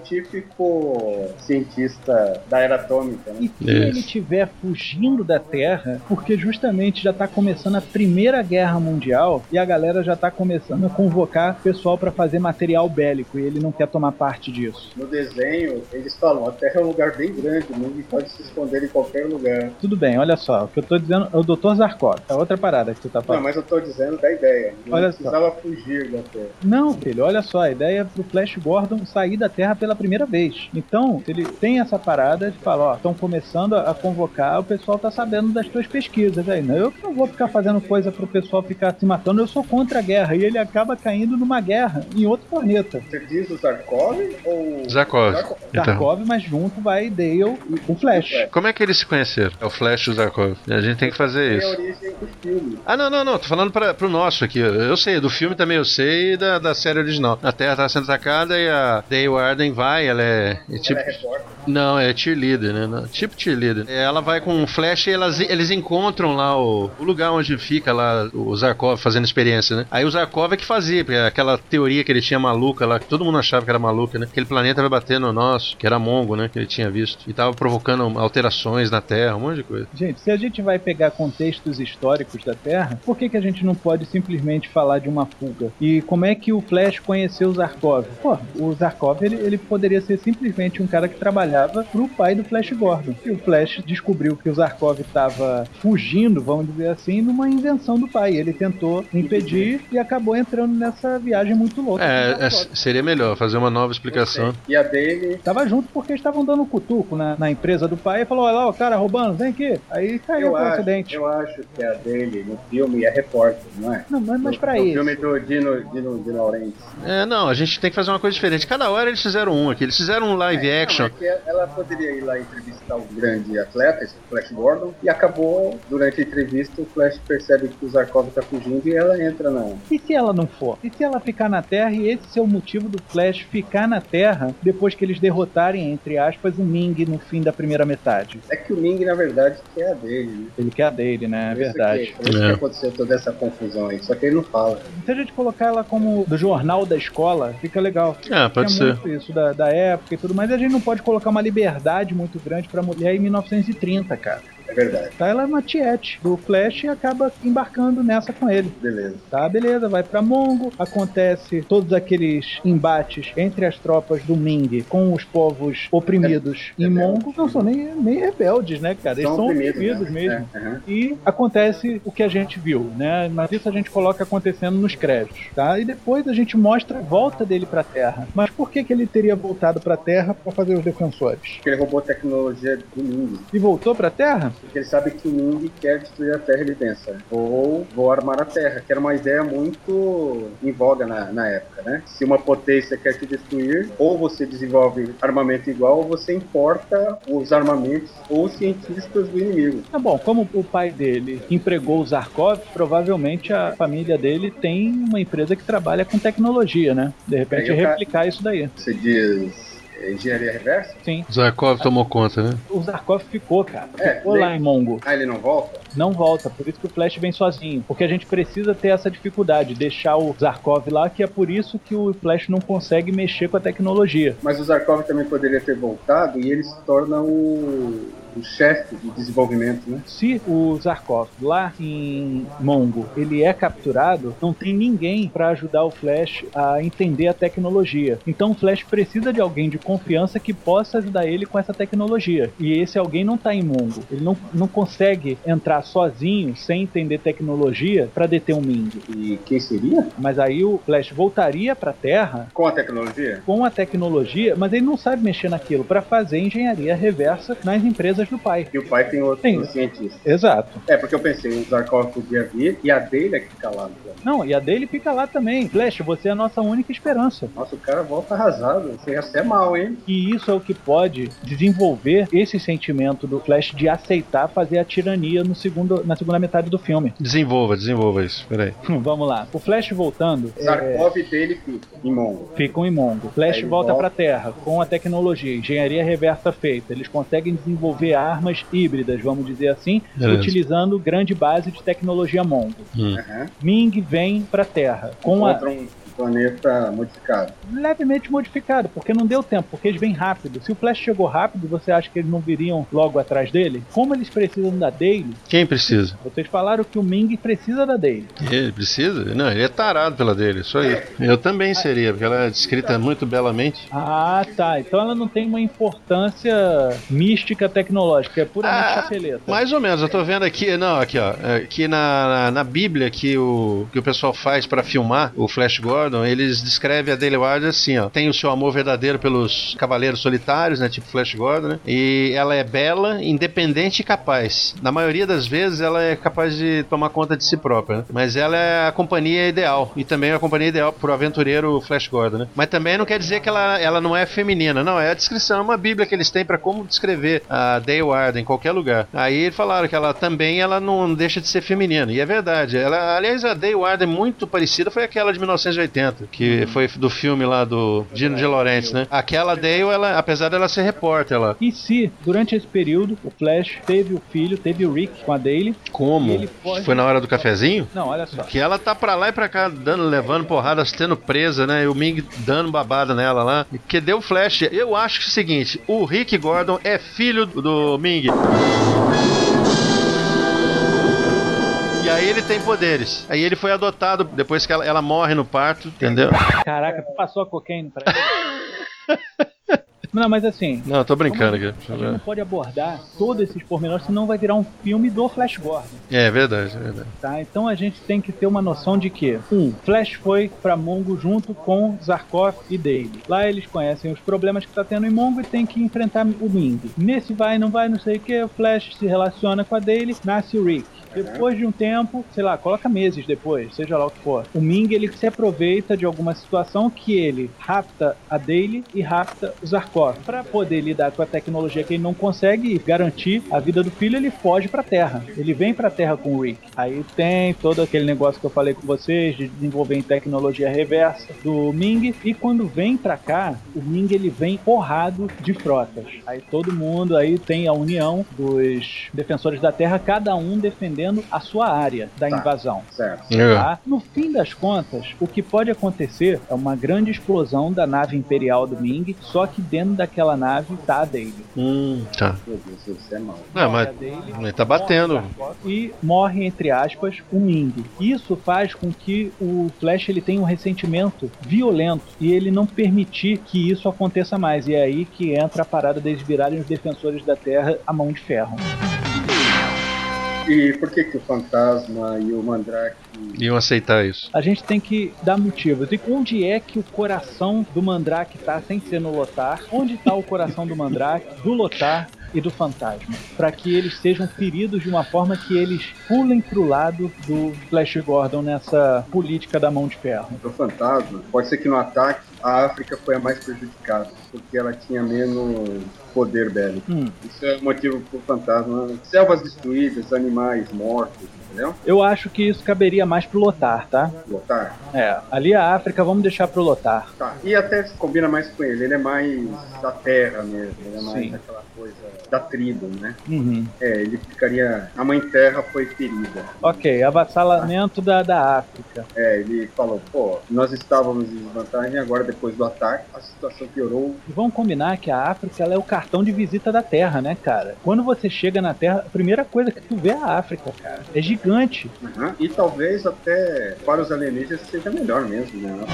S3: típico cientista da era atômica. Né?
S1: E se ele
S2: Isso.
S1: estiver fugindo da Terra, porque justamente já está tá começando a primeira Primeira Guerra Mundial e a galera já tá começando a convocar pessoal pra fazer material bélico e ele não quer tomar parte disso.
S3: No desenho, eles falam, a Terra é um lugar bem grande, o mundo pode se esconder em qualquer lugar.
S1: Tudo bem, olha só, o que eu tô dizendo é o Dr. Zarkov, é outra parada que você tá
S3: Não,
S1: falando.
S3: mas eu tô dizendo da ideia. Não
S1: Olha só.
S3: precisava fugir da Terra.
S1: Não, filho, olha só, a ideia é pro Flash Gordon sair da Terra pela primeira vez. Então, se ele tem essa parada de falar, ó, estão começando a a convocar, o pessoal tá sabendo das tuas pesquisas aí. Não, eu que não vou ficar fazendo coisa pro pessoal ficar se matando, eu sou contra a guerra. E ele acaba caindo numa guerra em outro planeta.
S3: Você diz o Zarkov ou...
S2: Zarkov. Então,
S1: Tarkov, mas junto vai Dale e o Flash.
S2: como é que eles se conheceram? É o Flash e o Zarkov. A gente tem que fazer
S3: Tem É a
S2: isso.
S3: origem do filme.
S2: Ah, não, não, não. Tô falando pra, pro nosso aqui. Eu sei, do filme também eu sei e da, da série original. A Terra tá sendo atacada e a Dale Arden vai, ela é, é tipo.
S3: Ela é repórter.
S2: Não, é cheerleader, né? Não, tipo cheerleader. Ela vai com um flash e elas, eles encontram lá o, o lugar onde fica lá o Zarkov fazendo experiência, né? Aí o Zarkov é que fazia, porque aquela teoria que ele tinha maluca lá, que todo mundo achava que era maluca, né? Aquele planeta vai bater no nosso, que era Mongo, né? Que ele tinha visto. E tava provocando alterações na Terra, um monte de coisa.
S1: Gente, se a gente vai pegar contextos históricos da Terra, por que, que a gente não pode simplesmente falar de uma fuga? E como é que o Flash conheceu o Zarkov? Pô, o Zarkov ele, ele poderia ser simplesmente um cara que trabalhava pro pai do Flash Gordon. E o Flash descobriu que o Zarkov estava fugindo, vamos dizer assim, numa invenção do pai. Ele tentou impedir e acabou entrando nessa viagem muito louca. com o
S2: É, é,
S1: Zarkov.
S2: seria melhor fazer uma nova explicação.
S3: É. E a dele...
S1: Tava junto porque estavam dando um cutuco na, na empresa do pai e falou: olha lá, o cara roubando, vem aqui. Aí caiu
S3: Eu
S1: por
S3: acho,
S1: acidente.
S3: eu acho que é a dele no filme é repórter, não é?
S1: Não, mas, mas pra
S3: no, no
S1: isso.
S3: filme do Dino, Dino, Dino Laurenti.
S2: É, não, a gente tem que fazer uma coisa diferente. Cada hora eles fizeram um aqui. Eles fizeram um live action.
S3: Não, é que ela poderia ir lá entrevistar um grande atleta, esse Flash Gordon, e acabou, durante a entrevista, o Flash percebe que o Zarkov tá fugindo e ela entra na...
S1: E se ela não for? E se ela ficar na Terra e esse ser o motivo do Flash ficar na Terra depois que eles derrotarem, entre aspas, o Ming no fim da primeira metade?
S3: É que o Ming, na verdade, quer a dele, né?
S1: Ele quer a dele, né? É
S3: Por
S1: verdade.
S3: Isso que, por isso
S2: É.
S3: que aconteceu toda essa confusão aí, só que ele não fala.
S1: Se a gente colocar ela como do jornal da escola, fica legal.
S2: Ah, pode
S3: é
S1: Tinha
S2: ser.
S1: muito isso da, da época e tudo mais. E a gente não pode colocar uma liberdade muito grande pra mulher em 1930, cara.
S3: É verdade,
S1: Tá? Ela é uma tiete do Flash e acaba embarcando nessa com ele.
S3: beleza.
S1: Tá, beleza, vai pra Mongo. Acontece todos aqueles embates entre as tropas do Ming com os povos oprimidos
S3: É,
S1: em
S3: rebeldes.
S1: Mongo. Não são nem, nem rebeldes, né, cara? Eles são oprimidos,
S3: né?
S1: mesmo.
S3: É, aham.
S1: E acontece o que a gente viu, né? Mas isso a gente coloca acontecendo nos créditos, tá? E depois a gente mostra a volta dele pra Terra. Mas por que, que ele teria voltado pra Terra pra fazer os defensores?
S3: Porque ele roubou tecnologia do Ming.
S1: E voltou pra Terra?
S3: Porque ele sabe que o Ming quer destruir a Terra, ele pensa, vou, vou armar a Terra, que era uma ideia muito em voga na, na época, né? Se uma potência quer te destruir, ou você desenvolve armamento igual, ou você importa os armamentos ou os cientistas do inimigo.
S1: Tá bom, como o pai dele empregou o Zarkov, provavelmente a família dele tem uma empresa que trabalha com tecnologia, né? De repente
S3: Aí o cara-
S1: replicar isso daí.
S3: Você diz eh, engenharia reversa?
S1: Sim.
S2: Zarkov tomou conta, né?
S1: O Zarkov ficou, cara.
S3: É,
S1: Ficou
S3: né?
S1: lá em Mongo.
S3: Ah, ele não volta?
S1: Não volta. Por isso que o Flash vem sozinho. Porque a gente precisa ter essa dificuldade, deixar o Zarkov lá, que é por isso que o Flash não consegue mexer com a tecnologia.
S3: Mas o Zarkov também poderia ter voltado e ele se torna o, o chefe de desenvolvimento, né?
S1: Se o Zarkov lá em Mongo ele é capturado, não tem ninguém para ajudar o Flash a entender a tecnologia. Então o Flash precisa de alguém de confiança que possa ajudar ele com essa tecnologia. E esse alguém não tá em Mongo. Ele não, não consegue entrar sozinho, sem entender tecnologia, para deter um Ming.
S3: E quem seria?
S1: Mas aí o Flash voltaria para Terra
S3: Com a tecnologia?
S1: com a tecnologia, mas ele não sabe mexer naquilo para fazer engenharia reversa nas empresas do pai.
S3: E o pai tem outro
S1: Sim.
S3: cientista.
S1: Exato.
S3: É, porque eu pensei, o Zarkov podia vir e a dele é que fica lá. Cara.
S1: Não, e a dele fica lá também. Flash, você é a nossa única esperança.
S3: Nossa, o cara volta arrasado. Você ia ser mal, hein?
S1: E isso é o que pode desenvolver esse sentimento do Flash de aceitar fazer a tirania no segundo, na segunda metade do filme.
S2: Desenvolva, desenvolva isso. Peraí.
S1: Vamos lá. O Flash voltando. é,
S3: Zarkov dele fica em Mongo.
S1: Ficam em Mongo. Flash
S3: Aí ele
S1: volta
S3: volta.
S1: pra Terra com a tecnologia, engenharia reversa feita. Eles conseguem desenvolver armas híbridas, vamos dizer assim,
S2: Beleza.
S1: utilizando grande base de tecnologia Mongo.
S3: Aham.
S1: Ming vem pra Terra com a,
S3: Contra um planeta modificado.
S1: Levemente modificado, porque não deu tempo, porque eles vêm rápido. Se o Flash chegou rápido, você acha que eles não viriam logo atrás dele? Como eles precisam da Daily,
S2: Quem precisa?
S1: vocês falaram que o Ming precisa da Daily.
S2: Ele precisa? Não, ele é tarado pela dele, isso aí. Eu também seria, porque ela é
S3: Então.
S2: descrita muito belamente.
S1: Ah, tá. Então ela não tem uma importância mística tecnológica, é puramente
S2: Ah,
S1: chapeleta.
S2: Mais ou menos, eu tô vendo aqui, não, aqui ó, aqui na, na, na Bíblia que o, que o pessoal faz pra filmar o Flash Gordon, eles descrevem a Daily Ward assim, ó, tem o seu amor verdadeiro pelos cavaleiros solitários, né, tipo Flash Gordon, né, e ela é bela, independente e capaz. Na maioria das vezes ela é capaz de tomar conta de si própria, né, mas ela é a companhia ideal, e também é a companhia ideal pro aventureiro Flash Gordon, né, mas também não quer dizer que ela, ela não é feminina, não, é a descrição, é uma bíblia que eles têm pra como descrever a Day Ward em qualquer lugar. Aí falaram que ela também ela não deixa de ser feminina. E é verdade. Ela, aliás, a Day Warden muito parecida foi aquela de 1980, que
S1: Uhum.
S2: foi do filme lá do Dino de Laurentiis, né? Aquela Dale, ela, apesar dela ser repórter, ela.
S1: E se, durante esse período, o Flash teve o filho, teve o Rick com a Daily?
S2: Como?
S1: Ele pode-
S2: Foi na hora do cafezinho?
S1: Não, olha só.
S2: Que ela tá pra lá e pra cá, dando, levando porrada, sendo presa, né? E o Ming dando babada nela lá. Que deu flash. Eu acho que é o seguinte: o Rick Gordon é filho do- do Ming. E aí ele tem poderes. Aí ele foi adotado depois que ela, ela morre no parto, entendeu?
S1: Caraca, passou a cocaína pra ele. Não, mas assim,
S2: Não, eu tô brincando aqui.
S1: a gente não pode abordar todos esses pormenores, senão vai virar um filme do Flash Gordon,
S2: É, é verdade, é verdade.
S1: tá? Então a gente tem que ter uma noção de que, um, Flash foi pra Mongo junto com Zarkov e Daily. Lá eles conhecem os problemas que tá tendo em Mongo e tem que enfrentar o Ming. Nesse vai, não vai, não sei o que, o Flash se relaciona com a Daily, nasce o Rick. Depois de um tempo, sei lá, coloca meses depois, seja lá o que for. O Ming ele se aproveita de alguma situação que ele rapta a Daily e rapta o Zarkov. Pra poder lidar com a tecnologia que ele não consegue garantir a vida do filho, ele foge pra Terra. Ele vem pra Terra com o Rick. Aí tem todo aquele negócio que eu falei com vocês de desenvolver em tecnologia reversa do Ming. E quando vem pra cá, o Ming ele vem porrado de frotas. Aí todo mundo aí tem a união dos defensores da Terra, cada um defendendo a sua área da
S3: Tá.
S1: invasão.
S3: Certo.
S2: Legal.
S1: Tá? No fim das contas, o que pode acontecer é uma grande explosão da nave imperial do Ming, só que dentro daquela nave tá a Daily.
S2: Hum, tá.
S3: Meu Deus, isso é mal.
S2: Não, mas.
S1: A Daily
S2: mas Tá batendo.
S1: e morre, entre aspas, o Ming. Isso faz com que o Flash ele tenha um ressentimento violento e ele não permitir que isso aconteça mais. E é aí que entra a parada deles virarem os defensores da Terra a mão de ferro.
S3: E por que que o fantasma e o mandrake.
S2: Iam aceitar isso.
S1: A gente tem que dar motivos. E onde é que o coração do Mandrake tá sem ser no Lotar? Onde tá o coração do Mandrake, do Lotar e do Fantasma? Pra que eles sejam feridos de uma forma que eles pulem pro lado do Flash Gordon nessa política da mão de ferro.
S3: O É um fantasma, pode ser que no ataque a África foi a mais prejudicada, porque ela tinha menos poder bélico.
S1: Hum.
S3: Isso é o motivo pro fantasma. Selvas destruídas, animais mortos, entendeu?
S1: Eu acho que isso caberia mais pro Lotar, tá?
S3: Lotar.
S1: É. Ali a África, vamos deixar pro Lotar.
S3: Tá. E até se combina mais com ele, ele é mais da terra mesmo, ele é mais
S1: Sim.
S3: aquela coisa da tribo, né?
S1: Uhum.
S3: É, ele ficaria. A mãe terra foi ferida.
S1: Ok, avassalamento da, da África.
S3: É, ele falou, pô, nós estávamos em desvantagem, agora depois do ataque, a situação piorou.
S1: E vamos combinar que a África ela é o cartão de visita da Terra, né, cara? Quando você chega na Terra, a primeira coisa que tu vê é a África, cara. É gigante.
S3: Aham. Né? E talvez até para os alienígenas seja melhor mesmo, né?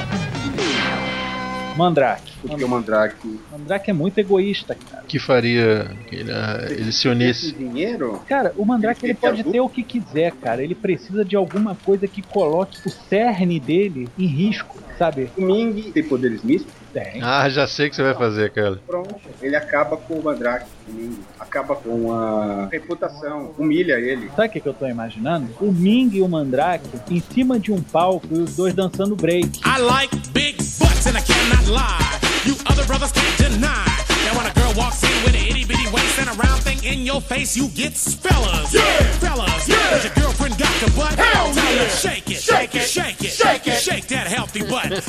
S1: Mandrake.
S3: Porque o Mandrake
S1: Mandrake é muito egoísta, cara.
S2: Que faria que ele, ah, ele se
S3: esse
S2: unisse.
S3: dinheiro
S1: Cara, o Mandrake ele
S3: Ele fica
S1: pode
S3: azul.
S1: ter o que quiser, cara. Ele precisa de alguma coisa que coloque o cerne dele em risco, sabe?
S3: o Ming tem poderes místicos,
S1: Tem.
S2: Ah, já sei o que você vai fazer, cara.
S3: pronto. Ele acaba com o Mandrake, o Ming. Acaba com a reputação, humilha ele.
S1: Sabe o que, que eu tô imaginando? O Ming e o Mandrake em cima de um palco e os dois dançando break.
S5: I like big butts and I cannot lie. You other brothers can't deny. Now when a girl walks in with an itty bitty waist and a round thing in your face, you get fellas. Yeah, fellas. Yeah, Cause your girlfriend got the butt. Hell Tell her, shake it, shake it, shake it, shake it, shake that healthy butt.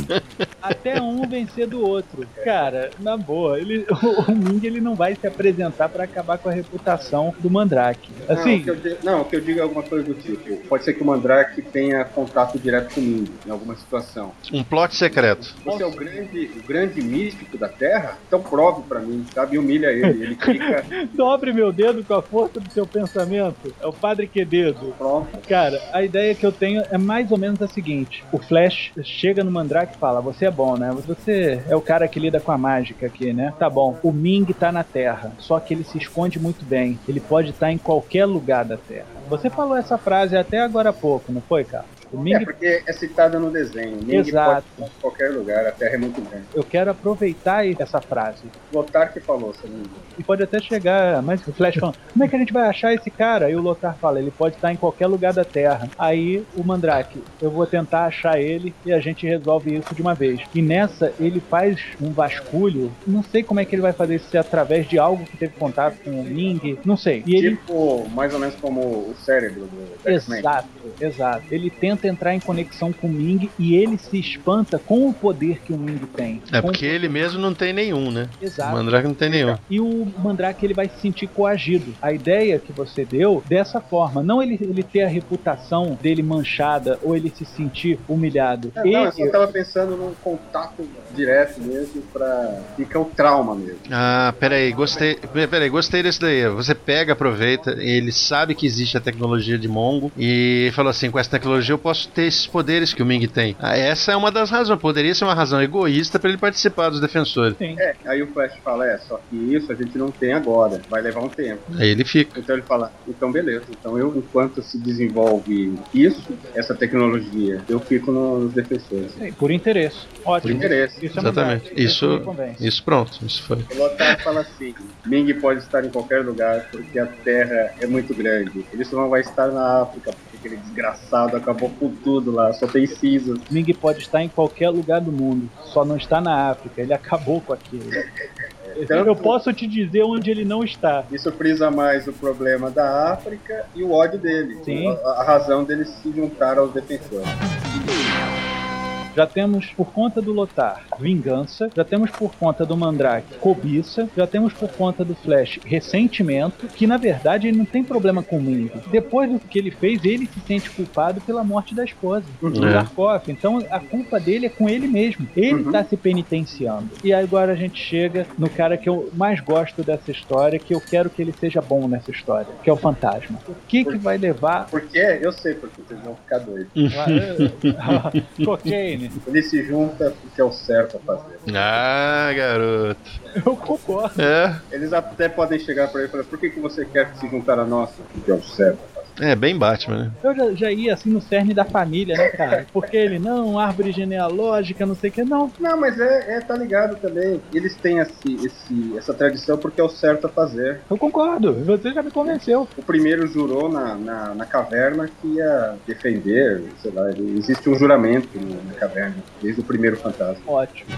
S1: Até um vencer do outro. Cara, na boa, ele, o, o Ming ele não vai se apresentar pra acabar com a reputação do Mandrake.
S3: Não, o
S1: Assim,
S3: que eu di- não, o que eu digo é alguma coisa do tipo. Pode ser que o Mandrake tenha contato direto comigo em alguma situação.
S2: Um plot secreto.
S3: Você é o grande, o grande místico da Terra? Então prove pra mim, sabe? E Humilha ele. Ele fica
S1: dobre meu dedo com a força do seu pensamento. É o Padre Quededo.
S3: pronto.
S1: Cara, a ideia que eu tenho é mais ou menos a seguinte: o Flash chega no Mandrake e fala: Você é bom, né? Você é o cara que lida com a mágica aqui, né? Tá bom. O Ming tá na Terra, só que ele se esconde muito bem. Ele pode estar em qualquer lugar da Terra. Você falou essa frase até agora há pouco, não foi, cara? O Ming
S3: É porque é citada no desenho. Ninguém
S1: Exato.
S3: pode estar em qualquer lugar, a Terra é muito grande.
S1: Eu quero aproveitar essa frase.
S3: Lotar que falou, se não me engano.
S1: E pode até chegar, mas o Flash falando, como é que a gente vai achar esse cara? E o Lothar fala, ele pode estar em qualquer lugar da Terra. Aí o Mandrake, eu vou tentar achar ele e a gente resolve isso de uma vez. E nessa, ele faz um vasculho, não sei como é que ele vai fazer isso, se é através de algo que teve contato com o Ming, não sei. E ele...
S3: Tipo, mais ou menos como o cérebro do X-Men.
S1: Exato, exato. Ele tenta entrar em conexão com o Ming e ele se espanta com o poder que o Ming tem.
S2: É
S1: Com-
S2: porque ele mesmo não tem nenhum, né? O
S1: Exato.
S2: Mandrake não tem nenhum.
S1: e o Mandrake ele vai se sentir coagido. A ideia que você deu dessa forma, não ele, ele ter a reputação dele manchada ou ele se sentir humilhado.
S3: É,
S1: ele,
S3: não, eu só tava pensando num contato direto mesmo pra ficar o trauma mesmo.
S2: Ah, peraí, gostei. Peraí, gostei desse daí. Você pega, aproveita, ele sabe que existe a tecnologia de Mongo e falou assim: com essa tecnologia eu posso ter esses poderes que o Ming tem. Ah, essa é uma das razões, poderia ser uma razão egoísta pra ele participar dos defensores.
S1: Sim.
S3: É, aí o Flash fala, é, só que isso a gente não tem agora, vai levar um tempo.
S2: Aí ele fica.
S3: Então ele fala, então beleza, então eu, enquanto se desenvolve isso, essa tecnologia, eu fico no- nos defensores.
S1: Sim, por interesse. Ótimo.
S3: Por interesse.
S1: Isso é
S2: Exatamente.
S1: Mandrake.
S2: Isso,
S1: me convence.
S2: isso pronto, isso foi.
S3: O Lothar fala assim, Ming pode estar em qualquer lugar, porque a Terra é muito grande. Ele só não vai estar na África, porque aquele desgraçado acabou com tudo lá, só tem cinzas.
S1: Ming pode estar em qualquer lugar do mundo, só não está na África. Ele acabou com aquilo.
S3: Tanto-
S1: Eu posso te dizer onde ele não está.
S3: Isso frisa mais o problema da África e o ódio dele.
S1: Sim.
S3: A, a razão dele se juntar aos defensores.
S1: Já temos por conta do Lotar vingança, já temos por conta do Mandrake cobiça, já temos por conta do Flash ressentimento, que na verdade ele não tem problema com o Ming. Depois do que ele fez, ele se sente culpado pela morte da esposa, do
S2: É.
S1: Zarkov. Então a culpa dele é com ele mesmo. Ele tá se penitenciando. E agora a gente chega no cara que eu mais gosto dessa história, que eu quero que ele seja bom nessa história, que é o Fantasma. O que que vai levar...
S3: Porque eu sei porque vocês vão ficar doidos.
S1: Hum. Cocaine.
S3: Ele se junta porque é o certo a fazer.
S2: Ah, garoto.
S1: Eu concordo.
S2: É,
S3: Eles até podem chegar pra ele e falar: por que, que você quer se juntar a nós? Porque é o certo. a fazer."
S2: é bem Batman, né?
S1: Eu já, já ia assim no cerne da família, né, cara? Porque ele, não, árvore genealógica, não sei o que, não.
S3: Não, mas é, é, tá ligado também. Eles têm esse, esse- essa tradição porque é o certo a fazer.
S1: Eu concordo, você já me convenceu.
S3: O primeiro jurou na, na, na caverna que ia defender, sei lá, ele- existe um juramento no- na caverna, desde o primeiro fantasma.
S1: Ótimo.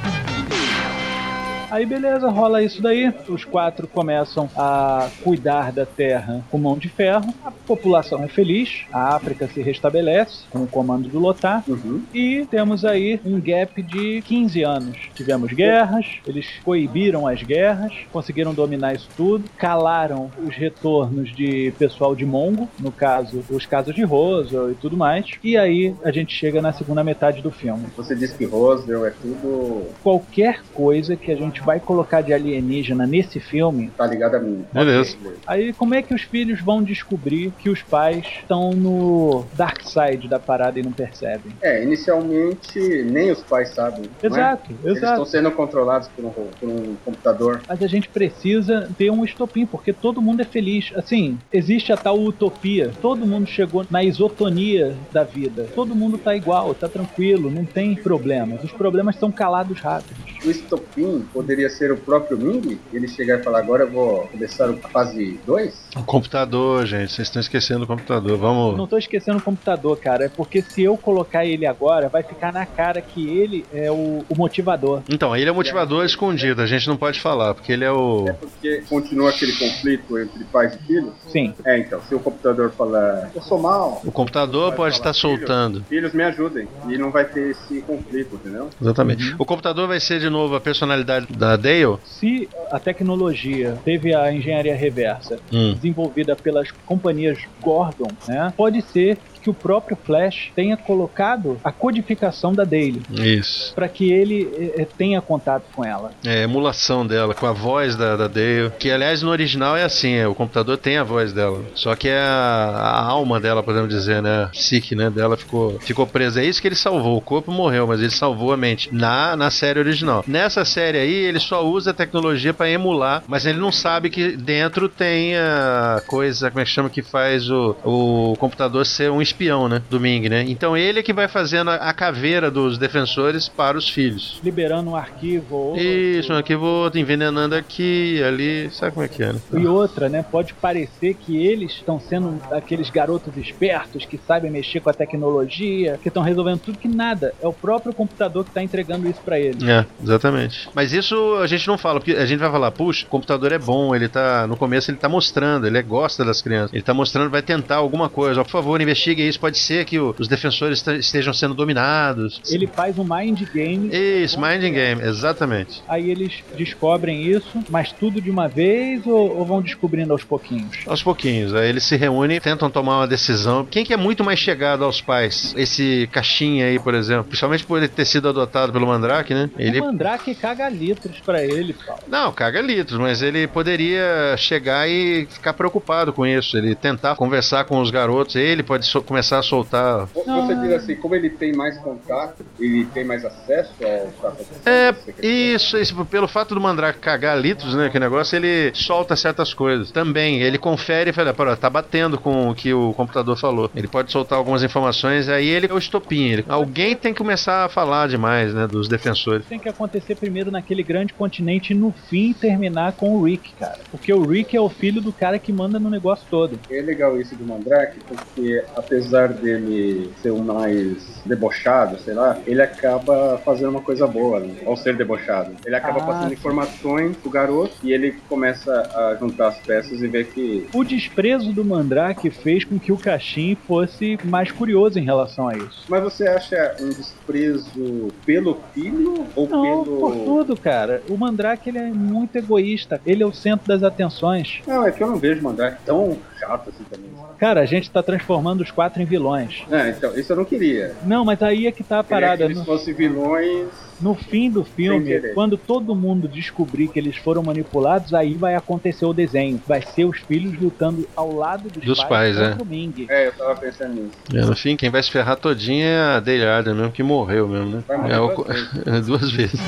S1: Aí beleza, rola isso daí. Os quatro começam a cuidar da terra com mão de ferro. A população é feliz, a África se restabelece com o comando do Lotar.
S3: Uhum.
S1: E temos aí um gap de 15 anos. Tivemos guerras, eles coibiram as guerras, conseguiram dominar isso tudo, calaram os retornos de pessoal de Mongo, no caso, os casos de Roswell e tudo mais. E aí a gente chega na segunda metade do filme.
S3: Você disse que Roswell é tudo.
S1: Qualquer coisa que a gente vai colocar de alienígena nesse filme,
S3: tá ligado a mim.
S2: Beleza.
S1: aí como é que os filhos vão descobrir que os pais estão no dark side da parada e não percebem?
S3: É, inicialmente nem os pais sabem. não é?
S1: Exato,
S3: Eles estão
S1: exato.
S3: sendo controlados por um, ro- por um computador.
S1: mas a gente precisa ter um estopim, porque todo mundo é feliz. Assim, existe a tal utopia. Todo mundo chegou na isotonia da vida. Todo mundo tá igual, tá tranquilo, não tem problemas. Os problemas são calados rápidos.
S3: O estopim poderia ser o próprio Ming? Ele chegar e falar: agora eu vou começar a fase 2?
S2: O computador, gente, vocês estão esquecendo o computador. Vamos.
S1: Não tô esquecendo o computador, cara. É porque se eu colocar ele agora, vai ficar na cara que ele é o, o motivador. motivador.
S2: Então, ele é o motivador escondido, a gente não pode falar, porque ele é o.
S3: Porque continua aquele conflito entre pais e filhos.
S1: Sim.
S3: É, então, se o computador falar, eu sou mal,
S2: O computador pode estar soltando.
S3: filhos me ajudem, e não vai ter esse conflito, entendeu?
S2: Exatamente. O computador vai ser de novo a personalidade da Dale?
S1: Se a tecnologia teve a engenharia reversa
S2: Hum.
S1: desenvolvida pelas companhias Gordon, né, pode ser que o próprio Flash tenha colocado a codificação da Daily
S2: Isso.
S1: para que ele eh, eh, tenha contato com ela.
S2: É, a emulação dela, com a voz da, da Dale. Que, aliás, no original é assim: é, o computador tem a voz dela. Só que é a, a alma dela, podemos dizer, né? A psique, né? Dela ficou, ficou presa. É isso que ele salvou. O corpo morreu, mas ele salvou a mente. Na, na série original. Nessa série aí, ele só usa a tecnologia pra emular, mas ele não sabe que dentro tem a coisa, como é que chama, que faz o, o computador ser um espião, né? Do Ming, né? Então ele é que vai fazendo a, a caveira dos defensores para os filhos.
S1: Liberando um arquivo ou
S2: Isso, um arquivo outro, envenenando aqui, ali, sabe como é que é, né?
S1: E outra, né? Pode parecer que eles estão sendo aqueles garotos espertos que sabem mexer com a tecnologia, que estão resolvendo tudo que nada. É o próprio computador que está entregando isso para eles.
S2: É, exatamente. Mas isso a gente não fala, porque a gente vai falar, puxa, o computador é bom, ele tá. No começo ele tá mostrando, ele gosta das crianças. Ele tá mostrando, vai tentar alguma coisa. Ó, por favor, investigue isso. Pode ser que o- os defensores te- estejam sendo dominados.
S1: Ele faz um mind game
S2: Isso, Minding Game, exatamente.
S1: Aí eles descobrem isso, mas tudo de uma vez ou, ou vão descobrindo aos pouquinhos?
S2: Aos pouquinhos, aí eles se reúnem, tentam tomar uma decisão. Quem que é muito mais chegado aos pais? Esse caixinha aí, por exemplo, principalmente por ele ter sido adotado pelo Mandrake, né? Ele
S1: O Mandrake caga litros pra ele, Paulo.
S2: Não, caga litros, mas ele poderia chegar e ficar preocupado com isso. Ele tentar conversar com os garotos, ele pode so- começar a soltar.
S3: Ou
S1: é.
S3: Você diz assim, como ele tem mais contato, ele tem mais acesso ao que tá acontecendo,
S2: É,
S3: você quer dizer?
S2: isso, isso, pelo fato do Mandrake cagar litros, né, que negócio, ele solta certas coisas. Também, ele confere e fala, "Pera, tá batendo com o que o computador falou. Ele pode soltar algumas informações, aí ele é o estopim. Ele- alguém tem que começar a falar demais, né, dos defensores.
S1: Tem que acontecer primeiro naquele grande continente e no fim terminar com o Rick, cara. Porque o Rick é o filho do cara que manda no negócio todo.
S3: É legal isso do Mandrake, porque apesar dele ser o mais debochado, sei lá, ele acaba fazendo uma coisa boa, né? ao ser debochado. Ele acaba
S1: Ah,
S3: passando
S1: sim.
S3: informações pro garoto e ele começa a juntar as peças e ver que
S1: O desprezo do Mandrake fez com que o Caxim fosse mais curioso em relação a isso.
S3: Mas você acha um desprezo pelo filho ou
S1: Não,
S3: pelo.
S1: por tudo, cara. O Mandrake ele é muito egoísta. Ele é o centro das atenções.
S3: Não, é que eu não vejo mandar tão chato assim também.
S1: Cara, a gente tá transformando os quatro em vilões.
S3: É, então, isso eu não queria.
S1: Não, mas aí é que tá a
S3: Parada,
S1: parada.
S3: queria que eles
S1: não-
S3: fossem vilões.
S1: No fim do
S3: Sem
S1: filme,
S3: querer.
S1: quando todo mundo descobrir que eles foram manipulados, aí vai acontecer o desenho. Vai ser os filhos lutando ao lado dos,
S2: Dos pais,
S1: contra
S2: é.
S1: o Ming.
S3: É, eu tava pensando nisso.
S2: É, no fim, quem vai se ferrar todinha é a Dale Arden mesmo, que morreu mesmo, né?
S3: Vai morrer
S2: É, o
S3: duas
S2: co-
S3: vezes.
S2: duas vezes.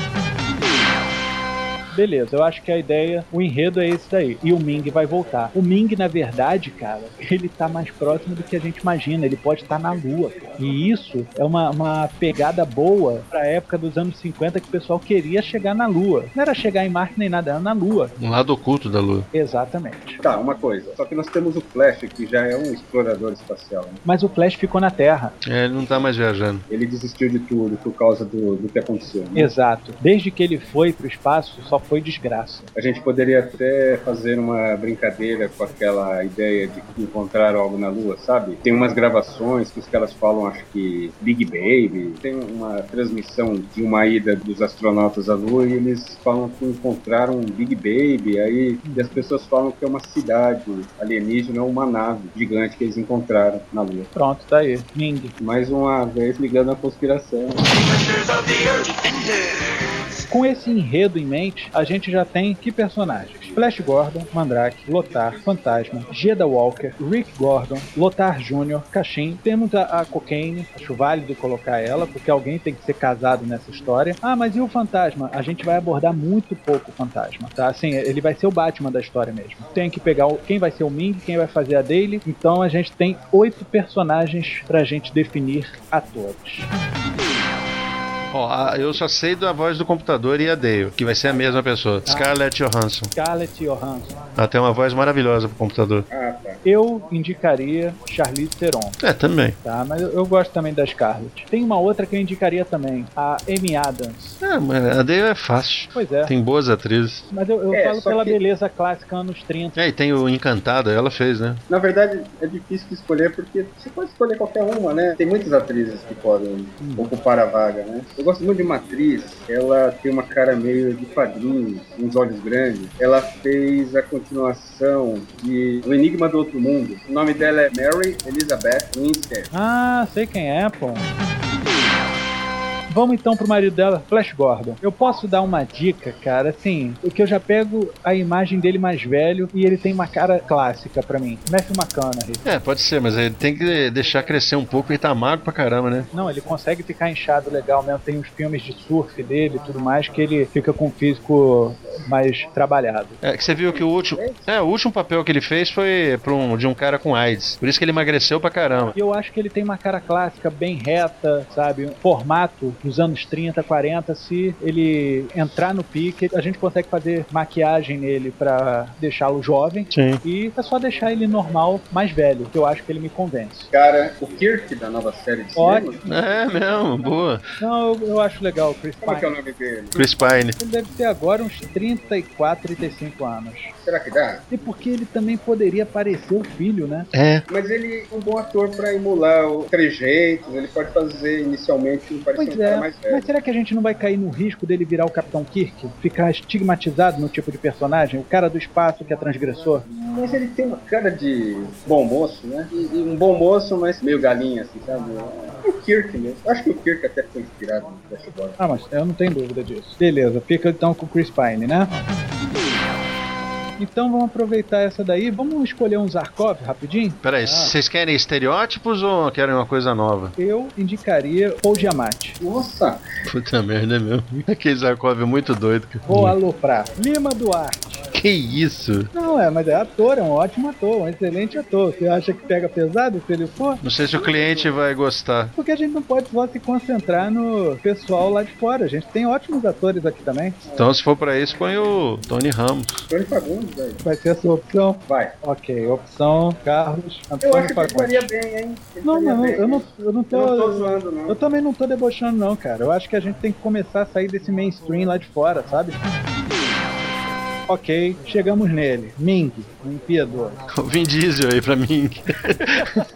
S1: Beleza, eu acho que a ideia, o enredo é esse daí. E o Ming vai voltar. O Ming, na verdade, cara, ele tá mais próximo do que a gente imagina. Ele pode estar na Lua. cara. E isso é uma, uma pegada boa pra época dos anos 50 que o pessoal queria chegar na Lua. Não era chegar em Marte nem nada, era na Lua.
S2: Um lado oculto da lua.
S1: Exatamente.
S3: Tá, uma coisa. Só que nós temos o Flash, que já é um explorador espacial. né?
S1: Mas o Flash ficou na Terra.
S2: É, ele não tá mais viajando.
S3: Ele desistiu de tudo por causa do, do que aconteceu. né?
S1: Exato. Desde que ele foi pro espaço, só foi desgraça.
S3: A gente poderia até fazer uma brincadeira com aquela ideia de que encontraram algo na Lua, sabe? Tem umas gravações que os caras falam, acho que Big Baby. Tem uma transmissão de uma ida dos astronautas à Lua e eles falam que encontraram um Big Baby. Aí e as pessoas falam que é uma cidade alienígena, é uma nave gigante que eles encontraram na Lua.
S1: Pronto, tá aí. Ming.
S3: Mais uma vez ligando a conspiração.
S4: Defenders of the Earth. Defenders.
S1: Com esse enredo em mente, a gente já tem que personagens? Flash Gordon, Mandrake, Lothar, Fantasma, Jeda Walker, Rick Gordon, Lothar Jr., Caxim. Temos a, a Cocaine, acho válido colocar ela, porque alguém tem que ser casado nessa história. Ah, mas e o Fantasma? A gente vai abordar muito pouco o Fantasma, tá? Assim, ele vai ser o Batman da história mesmo. Tem que pegar o- quem vai ser o Ming, quem vai fazer a dele. Então a gente tem oito personagens pra gente definir a todos.
S2: Ó, a- eu só sei da voz do computador e a Dale, que vai ser a mesma pessoa. Scarlett Johansson.
S1: Scarlett Johansson.
S2: Ela tem uma voz maravilhosa pro computador.
S3: Ah, tá.
S1: Eu indicaria Charlize Theron,
S2: É, também.
S1: tá? Mas eu, eu gosto também da Scarlett. Tem uma outra que eu indicaria também, a Amy Adams.
S2: É, mas a Dale é fácil.
S1: Pois é.
S2: Tem boas atrizes.
S1: Mas eu, eu
S3: É,
S1: falo
S3: só
S1: pela
S3: que-
S1: beleza clássica anos 30.
S2: É, e tem o Encantada, ela fez, né?
S3: Na verdade, é difícil de escolher porque você pode escolher qualquer uma, né? Tem muitas atrizes que podem
S1: Hum.
S3: ocupar a vaga, né? Eu gosto muito de uma atriz, ela tem uma cara meio de padrinho, uns olhos grandes. Ela fez a continuação de O Enigma do Outro Mundo. O nome dela é Mary Elizabeth Winstead.
S1: Ah, sei quem é, pô. Vamos então pro marido dela, Flash Gordon. Eu posso dar uma dica, cara, assim, o que eu já pego a imagem dele mais velho e ele tem uma cara clássica pra mim. Matthew McConaughey.
S2: É, pode ser, mas ele tem que deixar crescer um pouco e tá magro pra caramba, né?
S1: Não, ele consegue ficar inchado legal mesmo. Tem uns filmes de surf dele e tudo mais que ele fica com o físico mais trabalhado.
S2: É, que você viu que o último. É, o último papel que ele fez foi pra um, de um cara com AIDS. Por isso que ele emagreceu pra caramba.
S1: E eu acho que ele tem uma cara clássica, bem reta, sabe? Um formato dos anos 30, 40. Se ele entrar no pique, a gente consegue fazer maquiagem nele pra deixá-lo jovem.
S2: Sim.
S1: E é só deixar ele normal, mais velho, que eu acho que ele me convence.
S3: Cara, o Kirk da nova série de
S1: Ótimo.
S3: cinema.
S2: É mesmo, boa.
S1: Não, eu, eu acho legal o Chris
S3: Como que é o
S1: Pine.
S3: nome dele?
S2: Chris Pine.
S1: Ele deve ter agora uns 34, 35 anos.
S3: Será que dá?
S1: E porque ele também poderia parecer o filho, né?
S2: É.
S3: Mas ele é um bom ator pra emular o trejeito, ele pode fazer inicialmente parecer
S1: Pois
S3: um cara
S1: é.
S3: mais
S1: Mas
S3: velho.
S1: será que a gente não vai cair no risco dele virar o Capitão Kirk? Ficar estigmatizado no tipo de personagem? O cara do espaço que é transgressor?
S3: Mas ele tem uma cara de bom moço, né? E, e um bom moço, mas meio galinha, assim, sabe? É O Kirk mesmo. Eu acho que o Kirk até foi inspirado no Flash Gordon.
S1: Ah, mas eu não tenho dúvida disso. Beleza, fica então com o Chris Pine, né? Então vamos aproveitar essa daí. Vamos escolher um Zarkov rapidinho?
S2: Peraí, vocês querem estereótipos ou querem uma coisa nova?
S1: Eu indicaria Paul Giamatti.
S3: Nossa!
S2: Puta merda, meu. Aquele Zarkov é muito doido. cara.
S1: Vou aloprar. Lima Duarte.
S2: Que isso?
S1: Não, é, mas é ator, é um ótimo ator, um excelente ator. Você acha que pega pesado se ele for?
S2: Não sei se o cliente vai gostar.
S1: Porque a gente não pode só se concentrar no pessoal lá de fora. A gente tem ótimos atores aqui também.
S2: Então, se for pra isso, põe o Tony Ramos.
S3: Tony Fagundes, velho.
S1: Vai ser a sua opção?
S3: Vai.
S1: Ok, opção Carlos
S3: Eu acho
S1: Antônio
S3: que ele
S1: Fagundes.
S3: faria bem, hein? Ele
S1: Não,
S3: faria
S1: não,
S3: bem.
S1: eu não, eu não tô.
S3: Eu não tô zoando, não.
S1: Eu também não tô debochando, não, cara. Eu acho que a gente tem que começar a sair desse mainstream lá de fora, sabe? Ok, chegamos nele. Ming, o imperador.
S2: O Vin Diesel aí pra mim.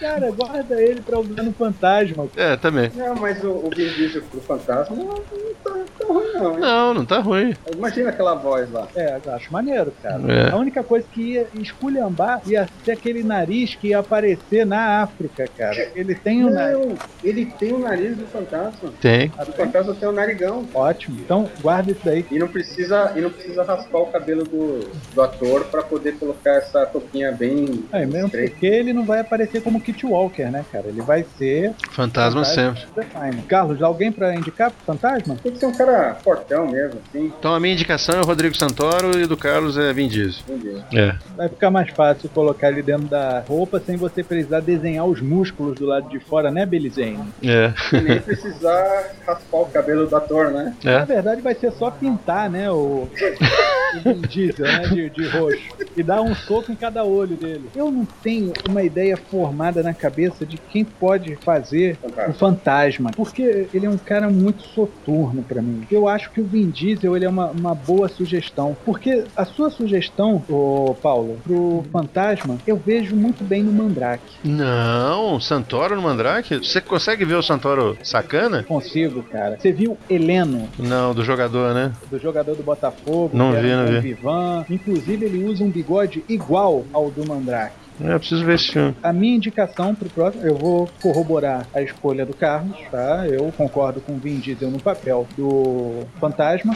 S1: Cara, guarda ele pra usar no fantasma.
S2: É, também.
S3: Não, mas o, o Vin Diesel pro Fantasma não, não tá tão ruim, não. hein?
S2: Não, não tá ruim.
S3: Imagina aquela voz lá.
S1: É, eu acho maneiro, cara.
S2: É.
S1: A única coisa que ia esculhambar ia ser aquele nariz que ia aparecer na África, cara. Ele tem um nariz.
S3: Não, ele tem o nariz do Fantasma.
S2: Tem.
S3: O Fantasma Ah, tem o narigão.
S1: Ótimo. Então, guarda isso daí.
S3: E não precisa, e não precisa raspar o cabelo do, do ator pra poder colocar essa touquinha bem
S1: É, mesmo
S3: estreita.
S1: porque ele não vai aparecer como Kit Walker, né, cara? Ele vai ser.
S2: Fantasma sempre.
S1: The Time. Carlos, alguém pra indicar pro fantasma?
S3: Tem que ser um cara fortão mesmo, assim.
S2: Então, a minha indicação é o Rodrigo Santoro e do Carlos é Vin Diesel.
S3: Entendeu?
S2: É.
S1: Vai ficar mais fácil colocar ele dentro da roupa sem você precisar desenhar os músculos do lado de fora, né, Belizane?
S3: E
S2: É.
S3: nem precisar raspar o cabelo do ator, né?
S1: Na
S2: É.
S1: verdade, vai ser só pintar, né? O, o Vin Diesel, né? De, de roxo. E dar um soco em cada olho dele. Eu não tenho uma ideia formada na cabeça de quem pode fazer
S3: Fantasma.
S1: o fantasma. Porque ele é um cara muito soturno pra mim. Eu acho que o Vin Diesel ele é uma, uma boa sugestão. Porque a sua sugestão, ô Paulo, pro fantasma, eu vejo muito bem no Mandrake.
S2: Não, Santoro no Mandrake? Você consegue ver o Santoro sacana?
S1: Consigo, cara. Você viu Heleno
S2: Não, do jogador, né?
S1: do jogador do Botafogo,
S2: Não
S1: que
S2: vi,
S1: era
S2: não
S1: um
S2: vi.
S1: Vivan. Inclusive, ele usa um bigode igual ao do Mandrake.
S2: É, eu preciso ver esse filme.
S1: A minha indicação pro próximo, eu vou corroborar a escolha do Carlos, tá? Eu concordo com o Vin Diesel no papel do Fantasma.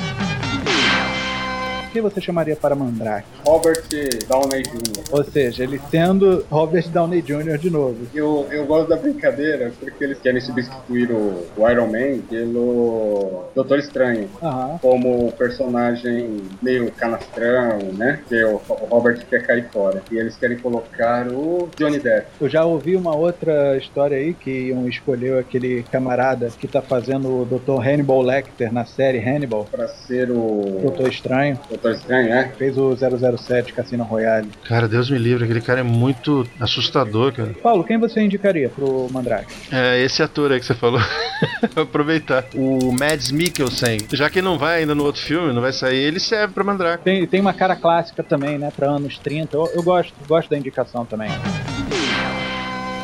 S1: Quem você chamaria para Mandrake?
S3: Robert Downey Jr.
S1: Ou seja, ele sendo Robert Downey Jr. de novo.
S3: Eu, eu gosto da brincadeira porque eles querem substituir o, o Iron Man pelo Doutor Estranho.
S1: Aham.
S3: Como personagem meio canastrão, né? Que o, o Robert quer cair fora. E eles querem colocar o Johnny Depp.
S1: Eu já ouvi uma outra história aí que iam escolher aquele camarada que tá fazendo o Dr. Hannibal Lecter na série Hannibal.
S3: Pra ser o
S1: Doutor Estranho.
S3: Doutor Doutor Estranho, né?
S1: Fez o 007 Cassino Royale.
S2: Cara, Deus me livre, aquele cara é muito assustador, cara.
S1: Paulo, quem você indicaria pro Mandrake?
S2: É, esse ator aí que você falou. Vou aproveitar. O Mads Mikkelsen. Já que não vai ainda no outro filme, não vai sair, ele serve pra Mandrake.
S1: Tem, tem uma cara clássica também, né? Pra anos 30. Eu, eu gosto, gosto da indicação também.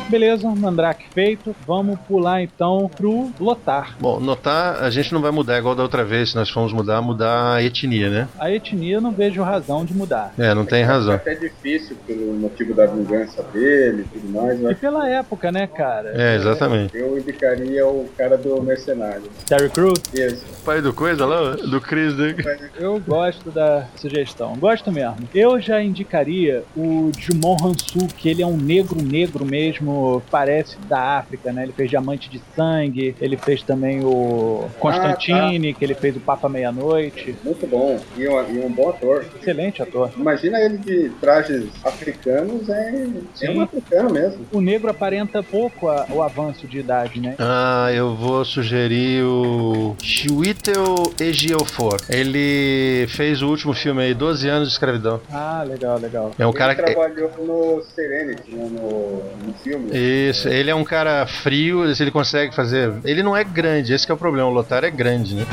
S1: Beleza, Mandrake feito. Vamos pular então pro Lotar.
S2: Bom, notar, a gente não vai mudar igual da outra vez, se nós fomos mudar, mudar a etnia, né?
S1: A etnia eu não vejo razão de mudar.
S2: É, não tem
S3: É
S2: razão.
S3: até difícil pelo motivo da vingança dele e tudo mais,
S1: E
S3: mas
S1: pela época, né, cara?
S2: É, exatamente.
S3: eu indicaria o cara do Mercenário.
S1: Terry Crews,
S3: Isso.
S2: Pai do coisa lá, do Chris, né?
S1: eu gosto da sugestão. Gosto mesmo. Eu já indicaria o Jumon Hansu, que ele é um negro negro mesmo, parece da África, né? Ele fez Diamante de Sangue, ele fez também o Constantine, que ele fez o Papa Meia-Noite.
S3: Muito bom. E um, e um bom ator.
S1: Excelente ator.
S3: Imagina ele de trajes africanos, é, é
S1: Sim.
S3: um africano mesmo.
S1: O negro aparenta pouco a- o avanço de idade, né?
S2: Ah, eu vou sugerir o Chiwetel Ejiofor. Ele fez o último filme aí, 12 anos de escravidão.
S1: Ah, legal, legal.
S2: É um
S3: ele
S2: cara que...
S3: trabalhou no Serenity, né, no, no filme.
S2: Isso, ele é um cara frio, ele consegue fazer... Ele não é grande, esse que é o problema, o Lotar é grande, né?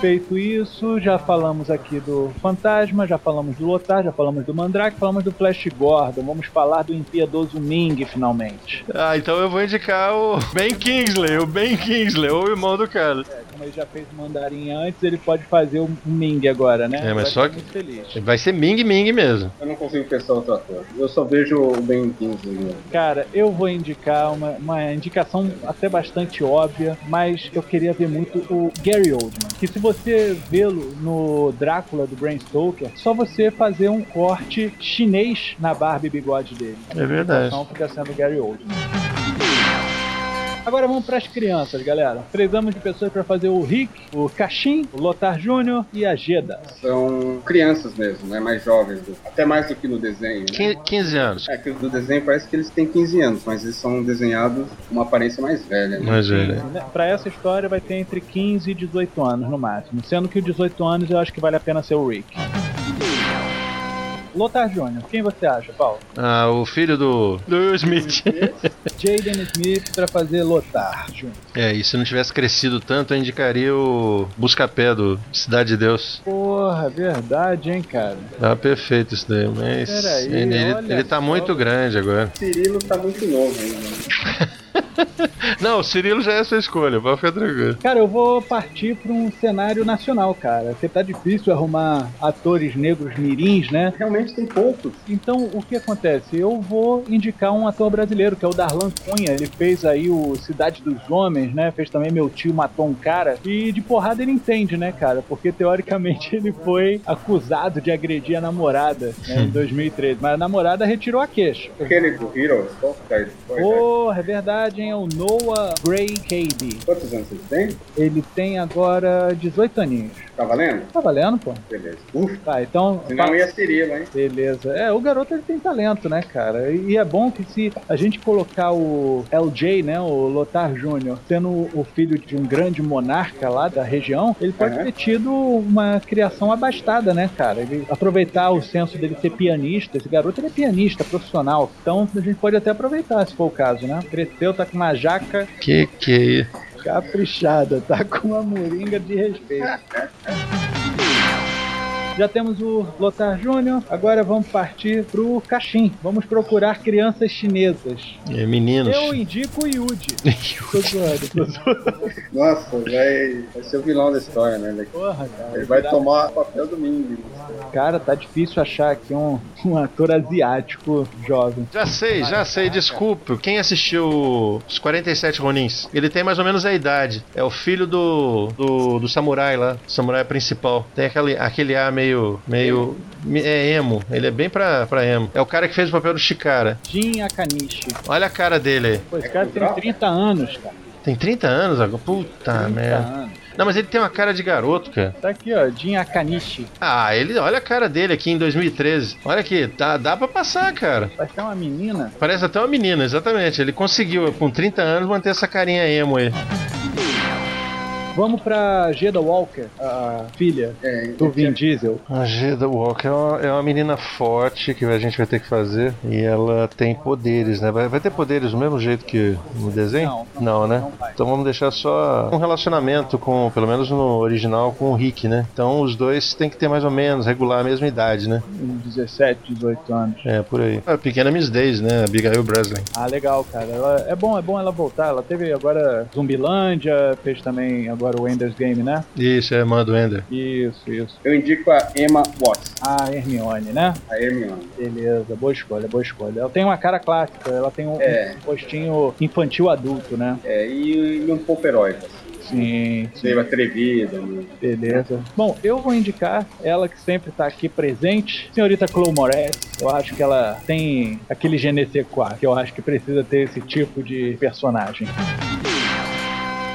S1: Feito isso, já falamos aqui do Fantasma, já falamos do Lotar, já falamos do Mandrake, falamos do Flash Gordon, vamos falar do impiedoso Ming finalmente.
S2: Ah, então eu vou indicar o Ben Kingsley, o Ben Kingsley, o irmão do cara.
S1: Como ele já fez o Mandarim antes, ele pode fazer o Ming agora, né?
S2: É, mas
S1: Vai
S2: só
S1: ficar
S2: que-
S1: Muito feliz.
S2: Vai ser Ming Ming mesmo.
S3: Eu não consigo pensar outro ator. Eu só vejo o Ben Kingsley. mesmo.
S1: Cara, eu vou indicar uma, uma indicação até bastante óbvia, mas eu queria ver muito o Gary Oldman. Que se você vê-lo no Drácula do Bram Stoker, só você fazer um corte chinês na barba e bigode dele.
S2: É verdade.
S1: Então fica sendo Gary Oldman. Agora vamos para as crianças, galera. Precisamos de pessoas para fazer o Rick, o Caxim, o Lotar Júnior e a Jeda.
S3: São crianças mesmo, né? Mais jovens. Até mais do que no desenho. né?
S2: Quin- 15 anos.
S3: É, que do desenho parece que eles têm 15 anos, mas eles são desenhados com uma aparência mais velha. Né?
S2: Mas ele.
S1: Para essa história vai ter entre 15 e 18 anos no máximo, sendo que os 18 anos eu acho que vale a pena ser o Rick. Lotar Júnior, quem você acha, Paulo?
S2: Ah, o filho do. Do Will Smith.
S1: Jaden Smith para fazer Lotar Júnior.
S2: É, e se não tivesse crescido tanto, eu indicaria o Buscapé do Cidade de Deus.
S1: Porra, verdade, hein, cara?
S2: Tá perfeito isso daí, mas.
S1: Peraí,
S2: ele,
S1: olha
S2: ele, ele tá
S1: só.
S2: muito grande agora.
S3: Cirilo tá muito novo ainda. né?
S2: Não, o Cirilo já é a sua escolha, pode ficar tranquilo.
S1: Cara, eu vou partir para um cenário nacional, cara. Porque tá difícil arrumar atores negros mirins, né?
S3: Realmente tem poucos.
S1: Então, o que acontece? Eu vou indicar um ator brasileiro, que é o Darlan Cunha. Ele fez aí o Cidade dos Homens, né? Fez também Meu Tio Matou um Cara. E de porrada ele entende, né, cara? Porque, teoricamente, ele foi acusado de agredir a namorada né, em 2013. Mas a namorada retirou a queixa.
S3: Aquele do Hero, qual que tá aí? Qual é que tá aí?
S1: Porra, é verdade, hein? É o Noah Gray Cady.
S3: Quantos anos ele tem?
S1: Ele tem agora 18 aninhos.
S3: Tá valendo?
S1: Tá valendo, pô?
S3: Beleza. Ufa.
S1: Tá, então.
S3: Senão ia Cirilo, hein?
S1: Beleza. É, o garoto ele tem talento, né, cara? E e é bom que se a gente colocar o LJ, né, o Lotar Júnior, sendo o filho de um grande monarca lá da região, ele pode
S3: Aham.
S1: ter tido uma criação abastada, né, cara? Ele aproveitar o senso dele ser pianista. Esse garoto ele é pianista profissional, então a gente pode até aproveitar se for o caso, né? Cresceu, tá com uma jaca
S2: Que que é?
S1: caprichada, tá com uma moringa de respeito. Já temos o Lotar Júnior, agora vamos partir pro Caxim. Vamos procurar crianças chinesas.
S2: é meninos.
S1: Eu indico o Yudi. Tô zoando, tô zoando.
S3: Nossa, vai, vai ser o vilão da história, né? Ele-
S1: Porra, cara.
S3: Ele vai tomar o papel do Ming.
S1: Cara, tá difícil achar aqui um, um ator asiático jovem.
S2: Já sei, já sei, desculpe. Quem assistiu os 47 Ronins? Ele tem mais ou menos a idade. É o filho do, do, do samurai lá, samurai principal. Tem aquele, aquele ar meio. meio. me- É emo. Ele é bem pra, pra emo. É o cara que fez o papel do Shikara.
S1: Jin Akanishi.
S2: Olha a cara dele aí.
S1: Pô, esse cara tem 30 anos, cara.
S2: Tem 30 anos agora? Puta
S1: 30
S2: merda.
S1: anos.
S2: Não, mas ele tem uma cara de garoto, cara.
S1: Tá aqui, ó, Jin Akanishi.
S2: Ah, ele. Olha a cara dele aqui em 2013. Olha aqui, dá, dá pra passar, cara.
S1: Vai ser uma menina.
S2: Parece até uma menina, exatamente. Ele conseguiu, com 30 anos, manter essa carinha emo aí.
S1: Vamos pra Jeda Walker, a filha
S3: É,
S1: do Vin Diesel.
S2: A Jeda Walker é uma, é uma menina forte que a gente vai ter que fazer. E ela tem poderes, né? Vai, vai ter poderes do mesmo jeito que no desenho?
S1: Não,
S2: Não, né?
S1: não vai.
S2: então vamos deixar só um relacionamento com, pelo menos no original, com o Rick, né? Então os dois tem que ter mais ou menos, regular a mesma idade, né?
S1: Uns 17, 18 anos.
S2: É, por aí. A pequena Miss Days, né? Abigail Breslin.
S1: Ah, legal, cara. Ela, é bom, é bom ela voltar. Ela teve agora Zumbilândia, fez também agora o Ender's Game, né?
S2: Isso, é a irmã do Ender.
S1: Isso, isso.
S3: Eu indico a Emma Watts,
S1: A Hermione, né?
S3: a Hermione.
S1: Beleza, boa escolha, boa escolha. Ela tem uma cara clássica, ela tem um,
S3: É.
S1: um rostinho infantil adulto, né?
S3: É, e, e um pouco heróico, assim.
S1: Sim,
S3: Meio atrevido, né?
S1: Beleza. Bom, eu vou indicar ela que sempre tá aqui presente, senhorita Chloe Moretz. Eu acho que ela tem aquele GNC 4, que eu acho que precisa ter esse tipo de personagem.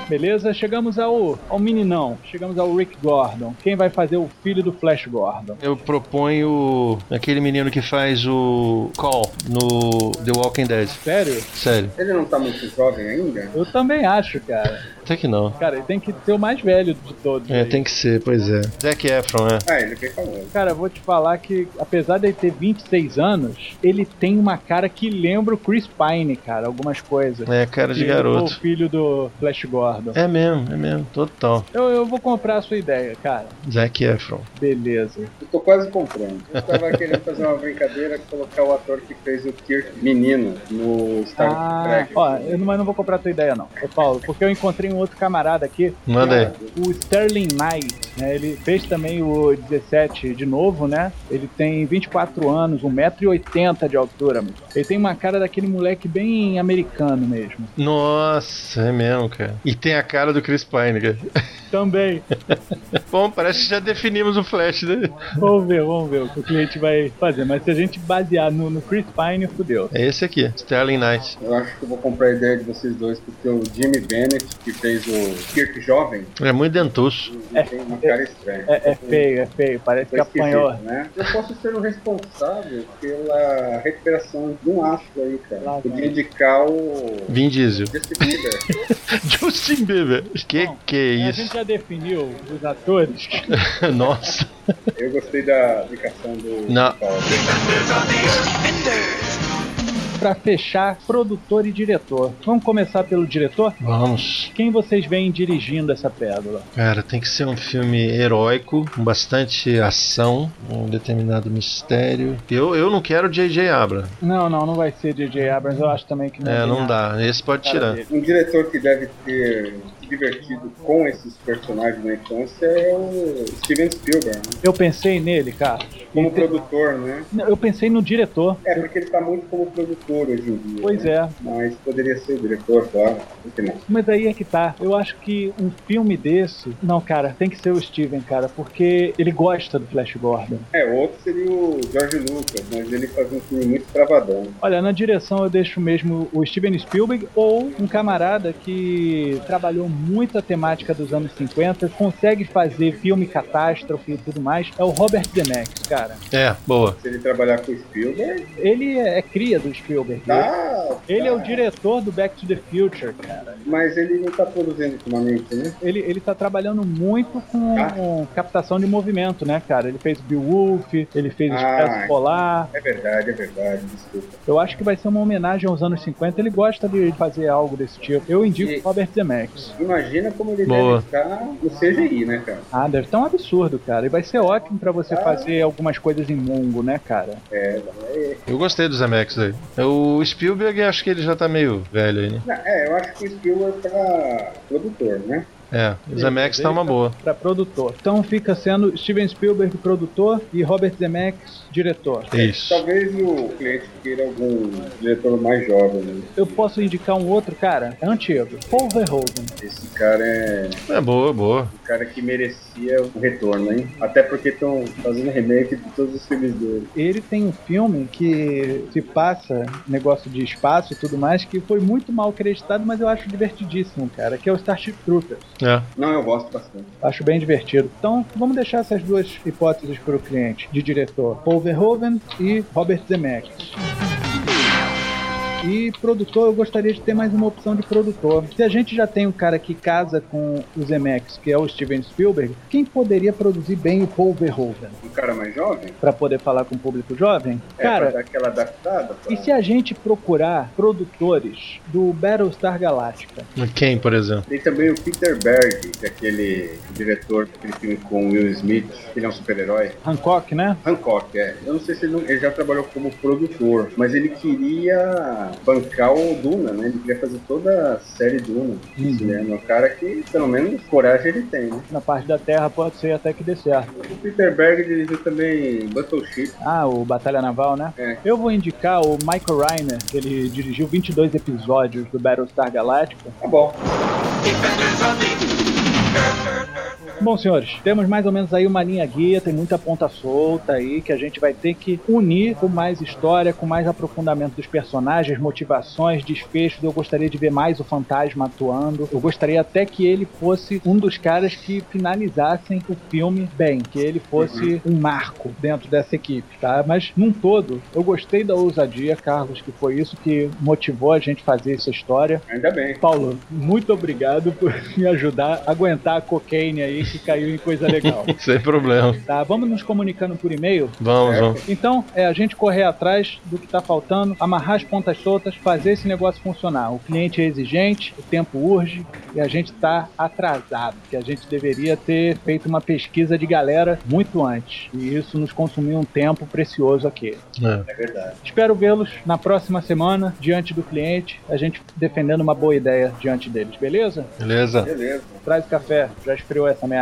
S1: Beleza, chegamos ao, ao meninão, chegamos ao Rick Gordon. Quem vai fazer o filho do Flash Gordon?
S2: Eu proponho aquele menino que faz o Call no The Walking Dead.
S1: Sério?
S2: Sério,
S3: Ele não tá muito jovem ainda?
S1: Eu também acho, cara.
S2: até que não.
S1: Cara, ele tem que ser o mais velho de todos.
S2: É,
S1: aí.
S2: tem que ser, pois é. Zac Efron, né?
S3: Ah, ele é bem famoso.
S1: Cara, eu vou te falar que, apesar dele ter 26 anos, ele tem uma cara que lembra o Chris Pine, cara, algumas coisas.
S2: É, cara de
S1: Ele foi
S2: garoto.
S1: O filho do Flash Gordon.
S2: É mesmo, é mesmo, total.
S1: Eu, eu vou comprar a sua ideia, cara.
S2: Zac Efron.
S1: Beleza.
S3: Eu tô quase comprando. Eu tava querendo fazer uma brincadeira, colocar o ator que fez o Kirk menino no Star
S1: Ah,
S3: Trek.
S1: ó, eu não, mas não vou comprar a tua ideia, não, Ô, Paulo, porque eu encontrei um outro camarada aqui,
S2: Manda aí.
S1: o Sterling Knight, né? Ele fez também o 17 de novo, né? Ele tem 24 anos, 1,80m de altura, amigo. Ele tem uma cara daquele moleque bem americano mesmo.
S2: Nossa, é mesmo, cara. E tem a cara do Chris Pine, cara.
S1: Também.
S2: Bom, parece que já definimos o Flash, né?
S1: Vamos ver, vamos ver o que o cliente vai fazer. Mas se a gente basear no, no Chris Pine, fudeu.
S2: É esse aqui, Sterling Knight.
S3: Eu acho que eu vou comprar a ideia de vocês dois, porque o Jimmy Bennett, que fez o Kirk jovem,
S2: É muito dentuço.
S3: ele tem uma cara estranha.
S1: É, é feio, é feio. Parece
S3: Foi
S1: que
S3: esquisito,
S1: apanhou.
S3: né? Eu posso ser o responsável pela recuperação de um astro aí, cara.
S1: Lá vai.
S3: Podia indicar o
S2: Vin Diesel.
S3: Justin Bieber.
S2: Justin Bieber. Que
S1: Bom,
S2: que é
S1: A
S2: isso?
S1: gente já definiu os atores.
S2: Nossa.
S3: Eu gostei da indicação do
S2: Não.
S3: Paulo.
S1: pra fechar, produtor e diretor. Vamos começar pelo diretor?
S2: Vamos.
S1: Quem vocês veem dirigindo essa pérola?
S2: Cara, tem que ser um filme heróico, com bastante ação, um determinado mistério. Eu, eu não quero J.J. Abra.
S1: Não, não, não vai ser DJ Abrams. Eu acho também que não
S2: É,
S1: tem
S2: não
S1: nada.
S2: dá. Esse pode
S1: Cara
S2: tirar.
S1: dele.
S3: Um diretor que deve ter se divertido com esses personagens na infância é o Steven Spielberg, né?
S1: Eu pensei nele, cara.
S3: como
S1: Então.
S3: produtor, né?
S1: Eu pensei no diretor.
S3: É, porque ele tá muito como produtor hoje em dia.
S1: Pois
S3: né?
S1: é.
S3: Mas poderia ser o diretor, claro. Por que não?
S1: Mas aí é que tá. Eu acho que um filme desse. Não, cara, tem que ser o Steven, cara, porque ele gosta do Flash Gordon.
S3: É, outro seria o George Lucas, mas ele faz um filme muito travadão.
S1: Olha, na direção eu deixo mesmo o Steven Spielberg ou um camarada que trabalhou muito a temática dos anos 50, consegue fazer filme catástrofe e tudo mais, é o Robert Zemeckis, cara.
S2: É, boa.
S3: Se ele trabalhar com o Spielberg,
S1: Ele é, é cria do Spielberg.
S3: tá.
S1: Ele é o
S3: tá.
S1: diretor do Back to the Future, cara.
S3: Mas ele não tá produzindo ultimamente, né?
S1: Ele, ele tá trabalhando muito com captação de movimento, né, cara? Ele fez Beowulf, ele fez
S3: Ah,
S1: Expresso Polar.
S3: É verdade, é verdade, desculpa.
S1: Eu acho que vai ser uma homenagem aos anos 50. Ele gosta de fazer algo desse tipo. Eu indico
S3: E-
S1: o Robert Zemeckis.
S3: Imagina como ele
S2: Boa.
S3: deve estar no CGI, né, cara?
S1: Ah, deve estar um absurdo, cara. E vai ser ótimo pra você
S3: Ah.
S1: fazer algumas coisas em Mungo, né, cara?
S3: É, é,
S2: Eu gostei do Zemeckis aí. É, O Spielberg, acho que ele já tá meio velho aí, né?
S3: Não, é, eu acho que o Spielberg tá produtor, né?
S2: É, o Zemeckis tá uma boa.
S1: Pra produtor. Então fica sendo Steven Spielberg produtor e Robert Zemeckis diretor.
S2: Isso.
S3: Talvez o cliente queira algum diretor mais jovem. Né?
S1: Eu posso indicar um outro cara, é antigo, Paul Verhoeven.
S3: Esse cara é
S2: É boa, boa.
S3: um cara que merecia o retorno, hein? Até porque estão fazendo remake de todos os filmes dele.
S1: Ele tem um filme que se passa negócio de espaço e tudo mais que foi muito mal acreditado, mas eu acho divertidíssimo, cara, que é o Starship Troopers.
S2: É.
S3: Não, eu gosto bastante.
S1: Acho bem divertido. Então, vamos deixar essas duas hipóteses para o cliente de diretor: Paul Verhoeven e Robert Zemeckis. E produtor, eu gostaria de ter mais uma opção de produtor. Se a gente já tem um cara que casa com o Zemeckis, que é o Steven Spielberg, quem poderia produzir bem o Paul Verhoeven?
S3: Um cara mais jovem?
S1: Pra poder falar com o público jovem?
S3: É, pra
S1: Cara,
S3: dar aquela adaptada? Pra...
S1: e se a gente procurar produtores do Battlestar Galactica?
S2: Quem, por exemplo?
S3: Tem também o Peter Berg, que é aquele diretor daquele filme com o Will Smith, que ele é um super-herói.
S1: Hancock, né?
S3: Hancock, é. Eu não sei se ele, não- ele já trabalhou como produtor, mas ele queria bancar o Duna, né? Ele queria fazer toda a série Duna no
S1: Uhum.
S3: cinema. Um cara que, pelo menos, coragem ele tem, né?
S1: Na parte da Terra pode ser até que dê certo.
S3: O Peter Berg dirigiu também Battleship.
S1: Ah, o Batalha Naval, né?
S3: É.
S1: Eu vou indicar o Michael Reiner, que ele dirigiu 22 episódios do Battlestar Galactica.
S3: Tá bom.
S4: Defenders of the
S1: Bom, senhores, temos mais ou menos aí uma linha guia, tem muita ponta solta aí que a gente vai ter que unir com mais história, com mais aprofundamento dos personagens, motivações, desfechos. Eu gostaria de ver mais o fantasma atuando. Eu gostaria até que ele fosse um dos caras que finalizassem o filme bem, que ele fosse um marco dentro dessa equipe, tá? Mas num todo, eu gostei da ousadia, Carlos, que foi isso que motivou a gente fazer essa história.
S3: Ainda bem.
S1: Paulo, muito obrigado por me ajudar a aguentar a cocaine aí que caiu em coisa legal.
S2: Sem problema.
S1: Tá, vamos nos comunicando por e-mail.
S2: Vamos, vamos.
S1: Então, é a gente correr atrás do que tá faltando, amarrar as pontas soltas, fazer esse negócio funcionar. O cliente é exigente, o tempo urge e a gente tá atrasado, que a gente deveria ter feito uma pesquisa de galera muito antes. E isso nos consumiu um tempo precioso aqui.
S2: É.
S3: É verdade.
S1: Espero vê-los na próxima semana, diante do cliente, a gente defendendo uma boa ideia diante deles, beleza?
S2: Beleza?
S3: Beleza.
S1: Traz o café, já esfriou essa merda.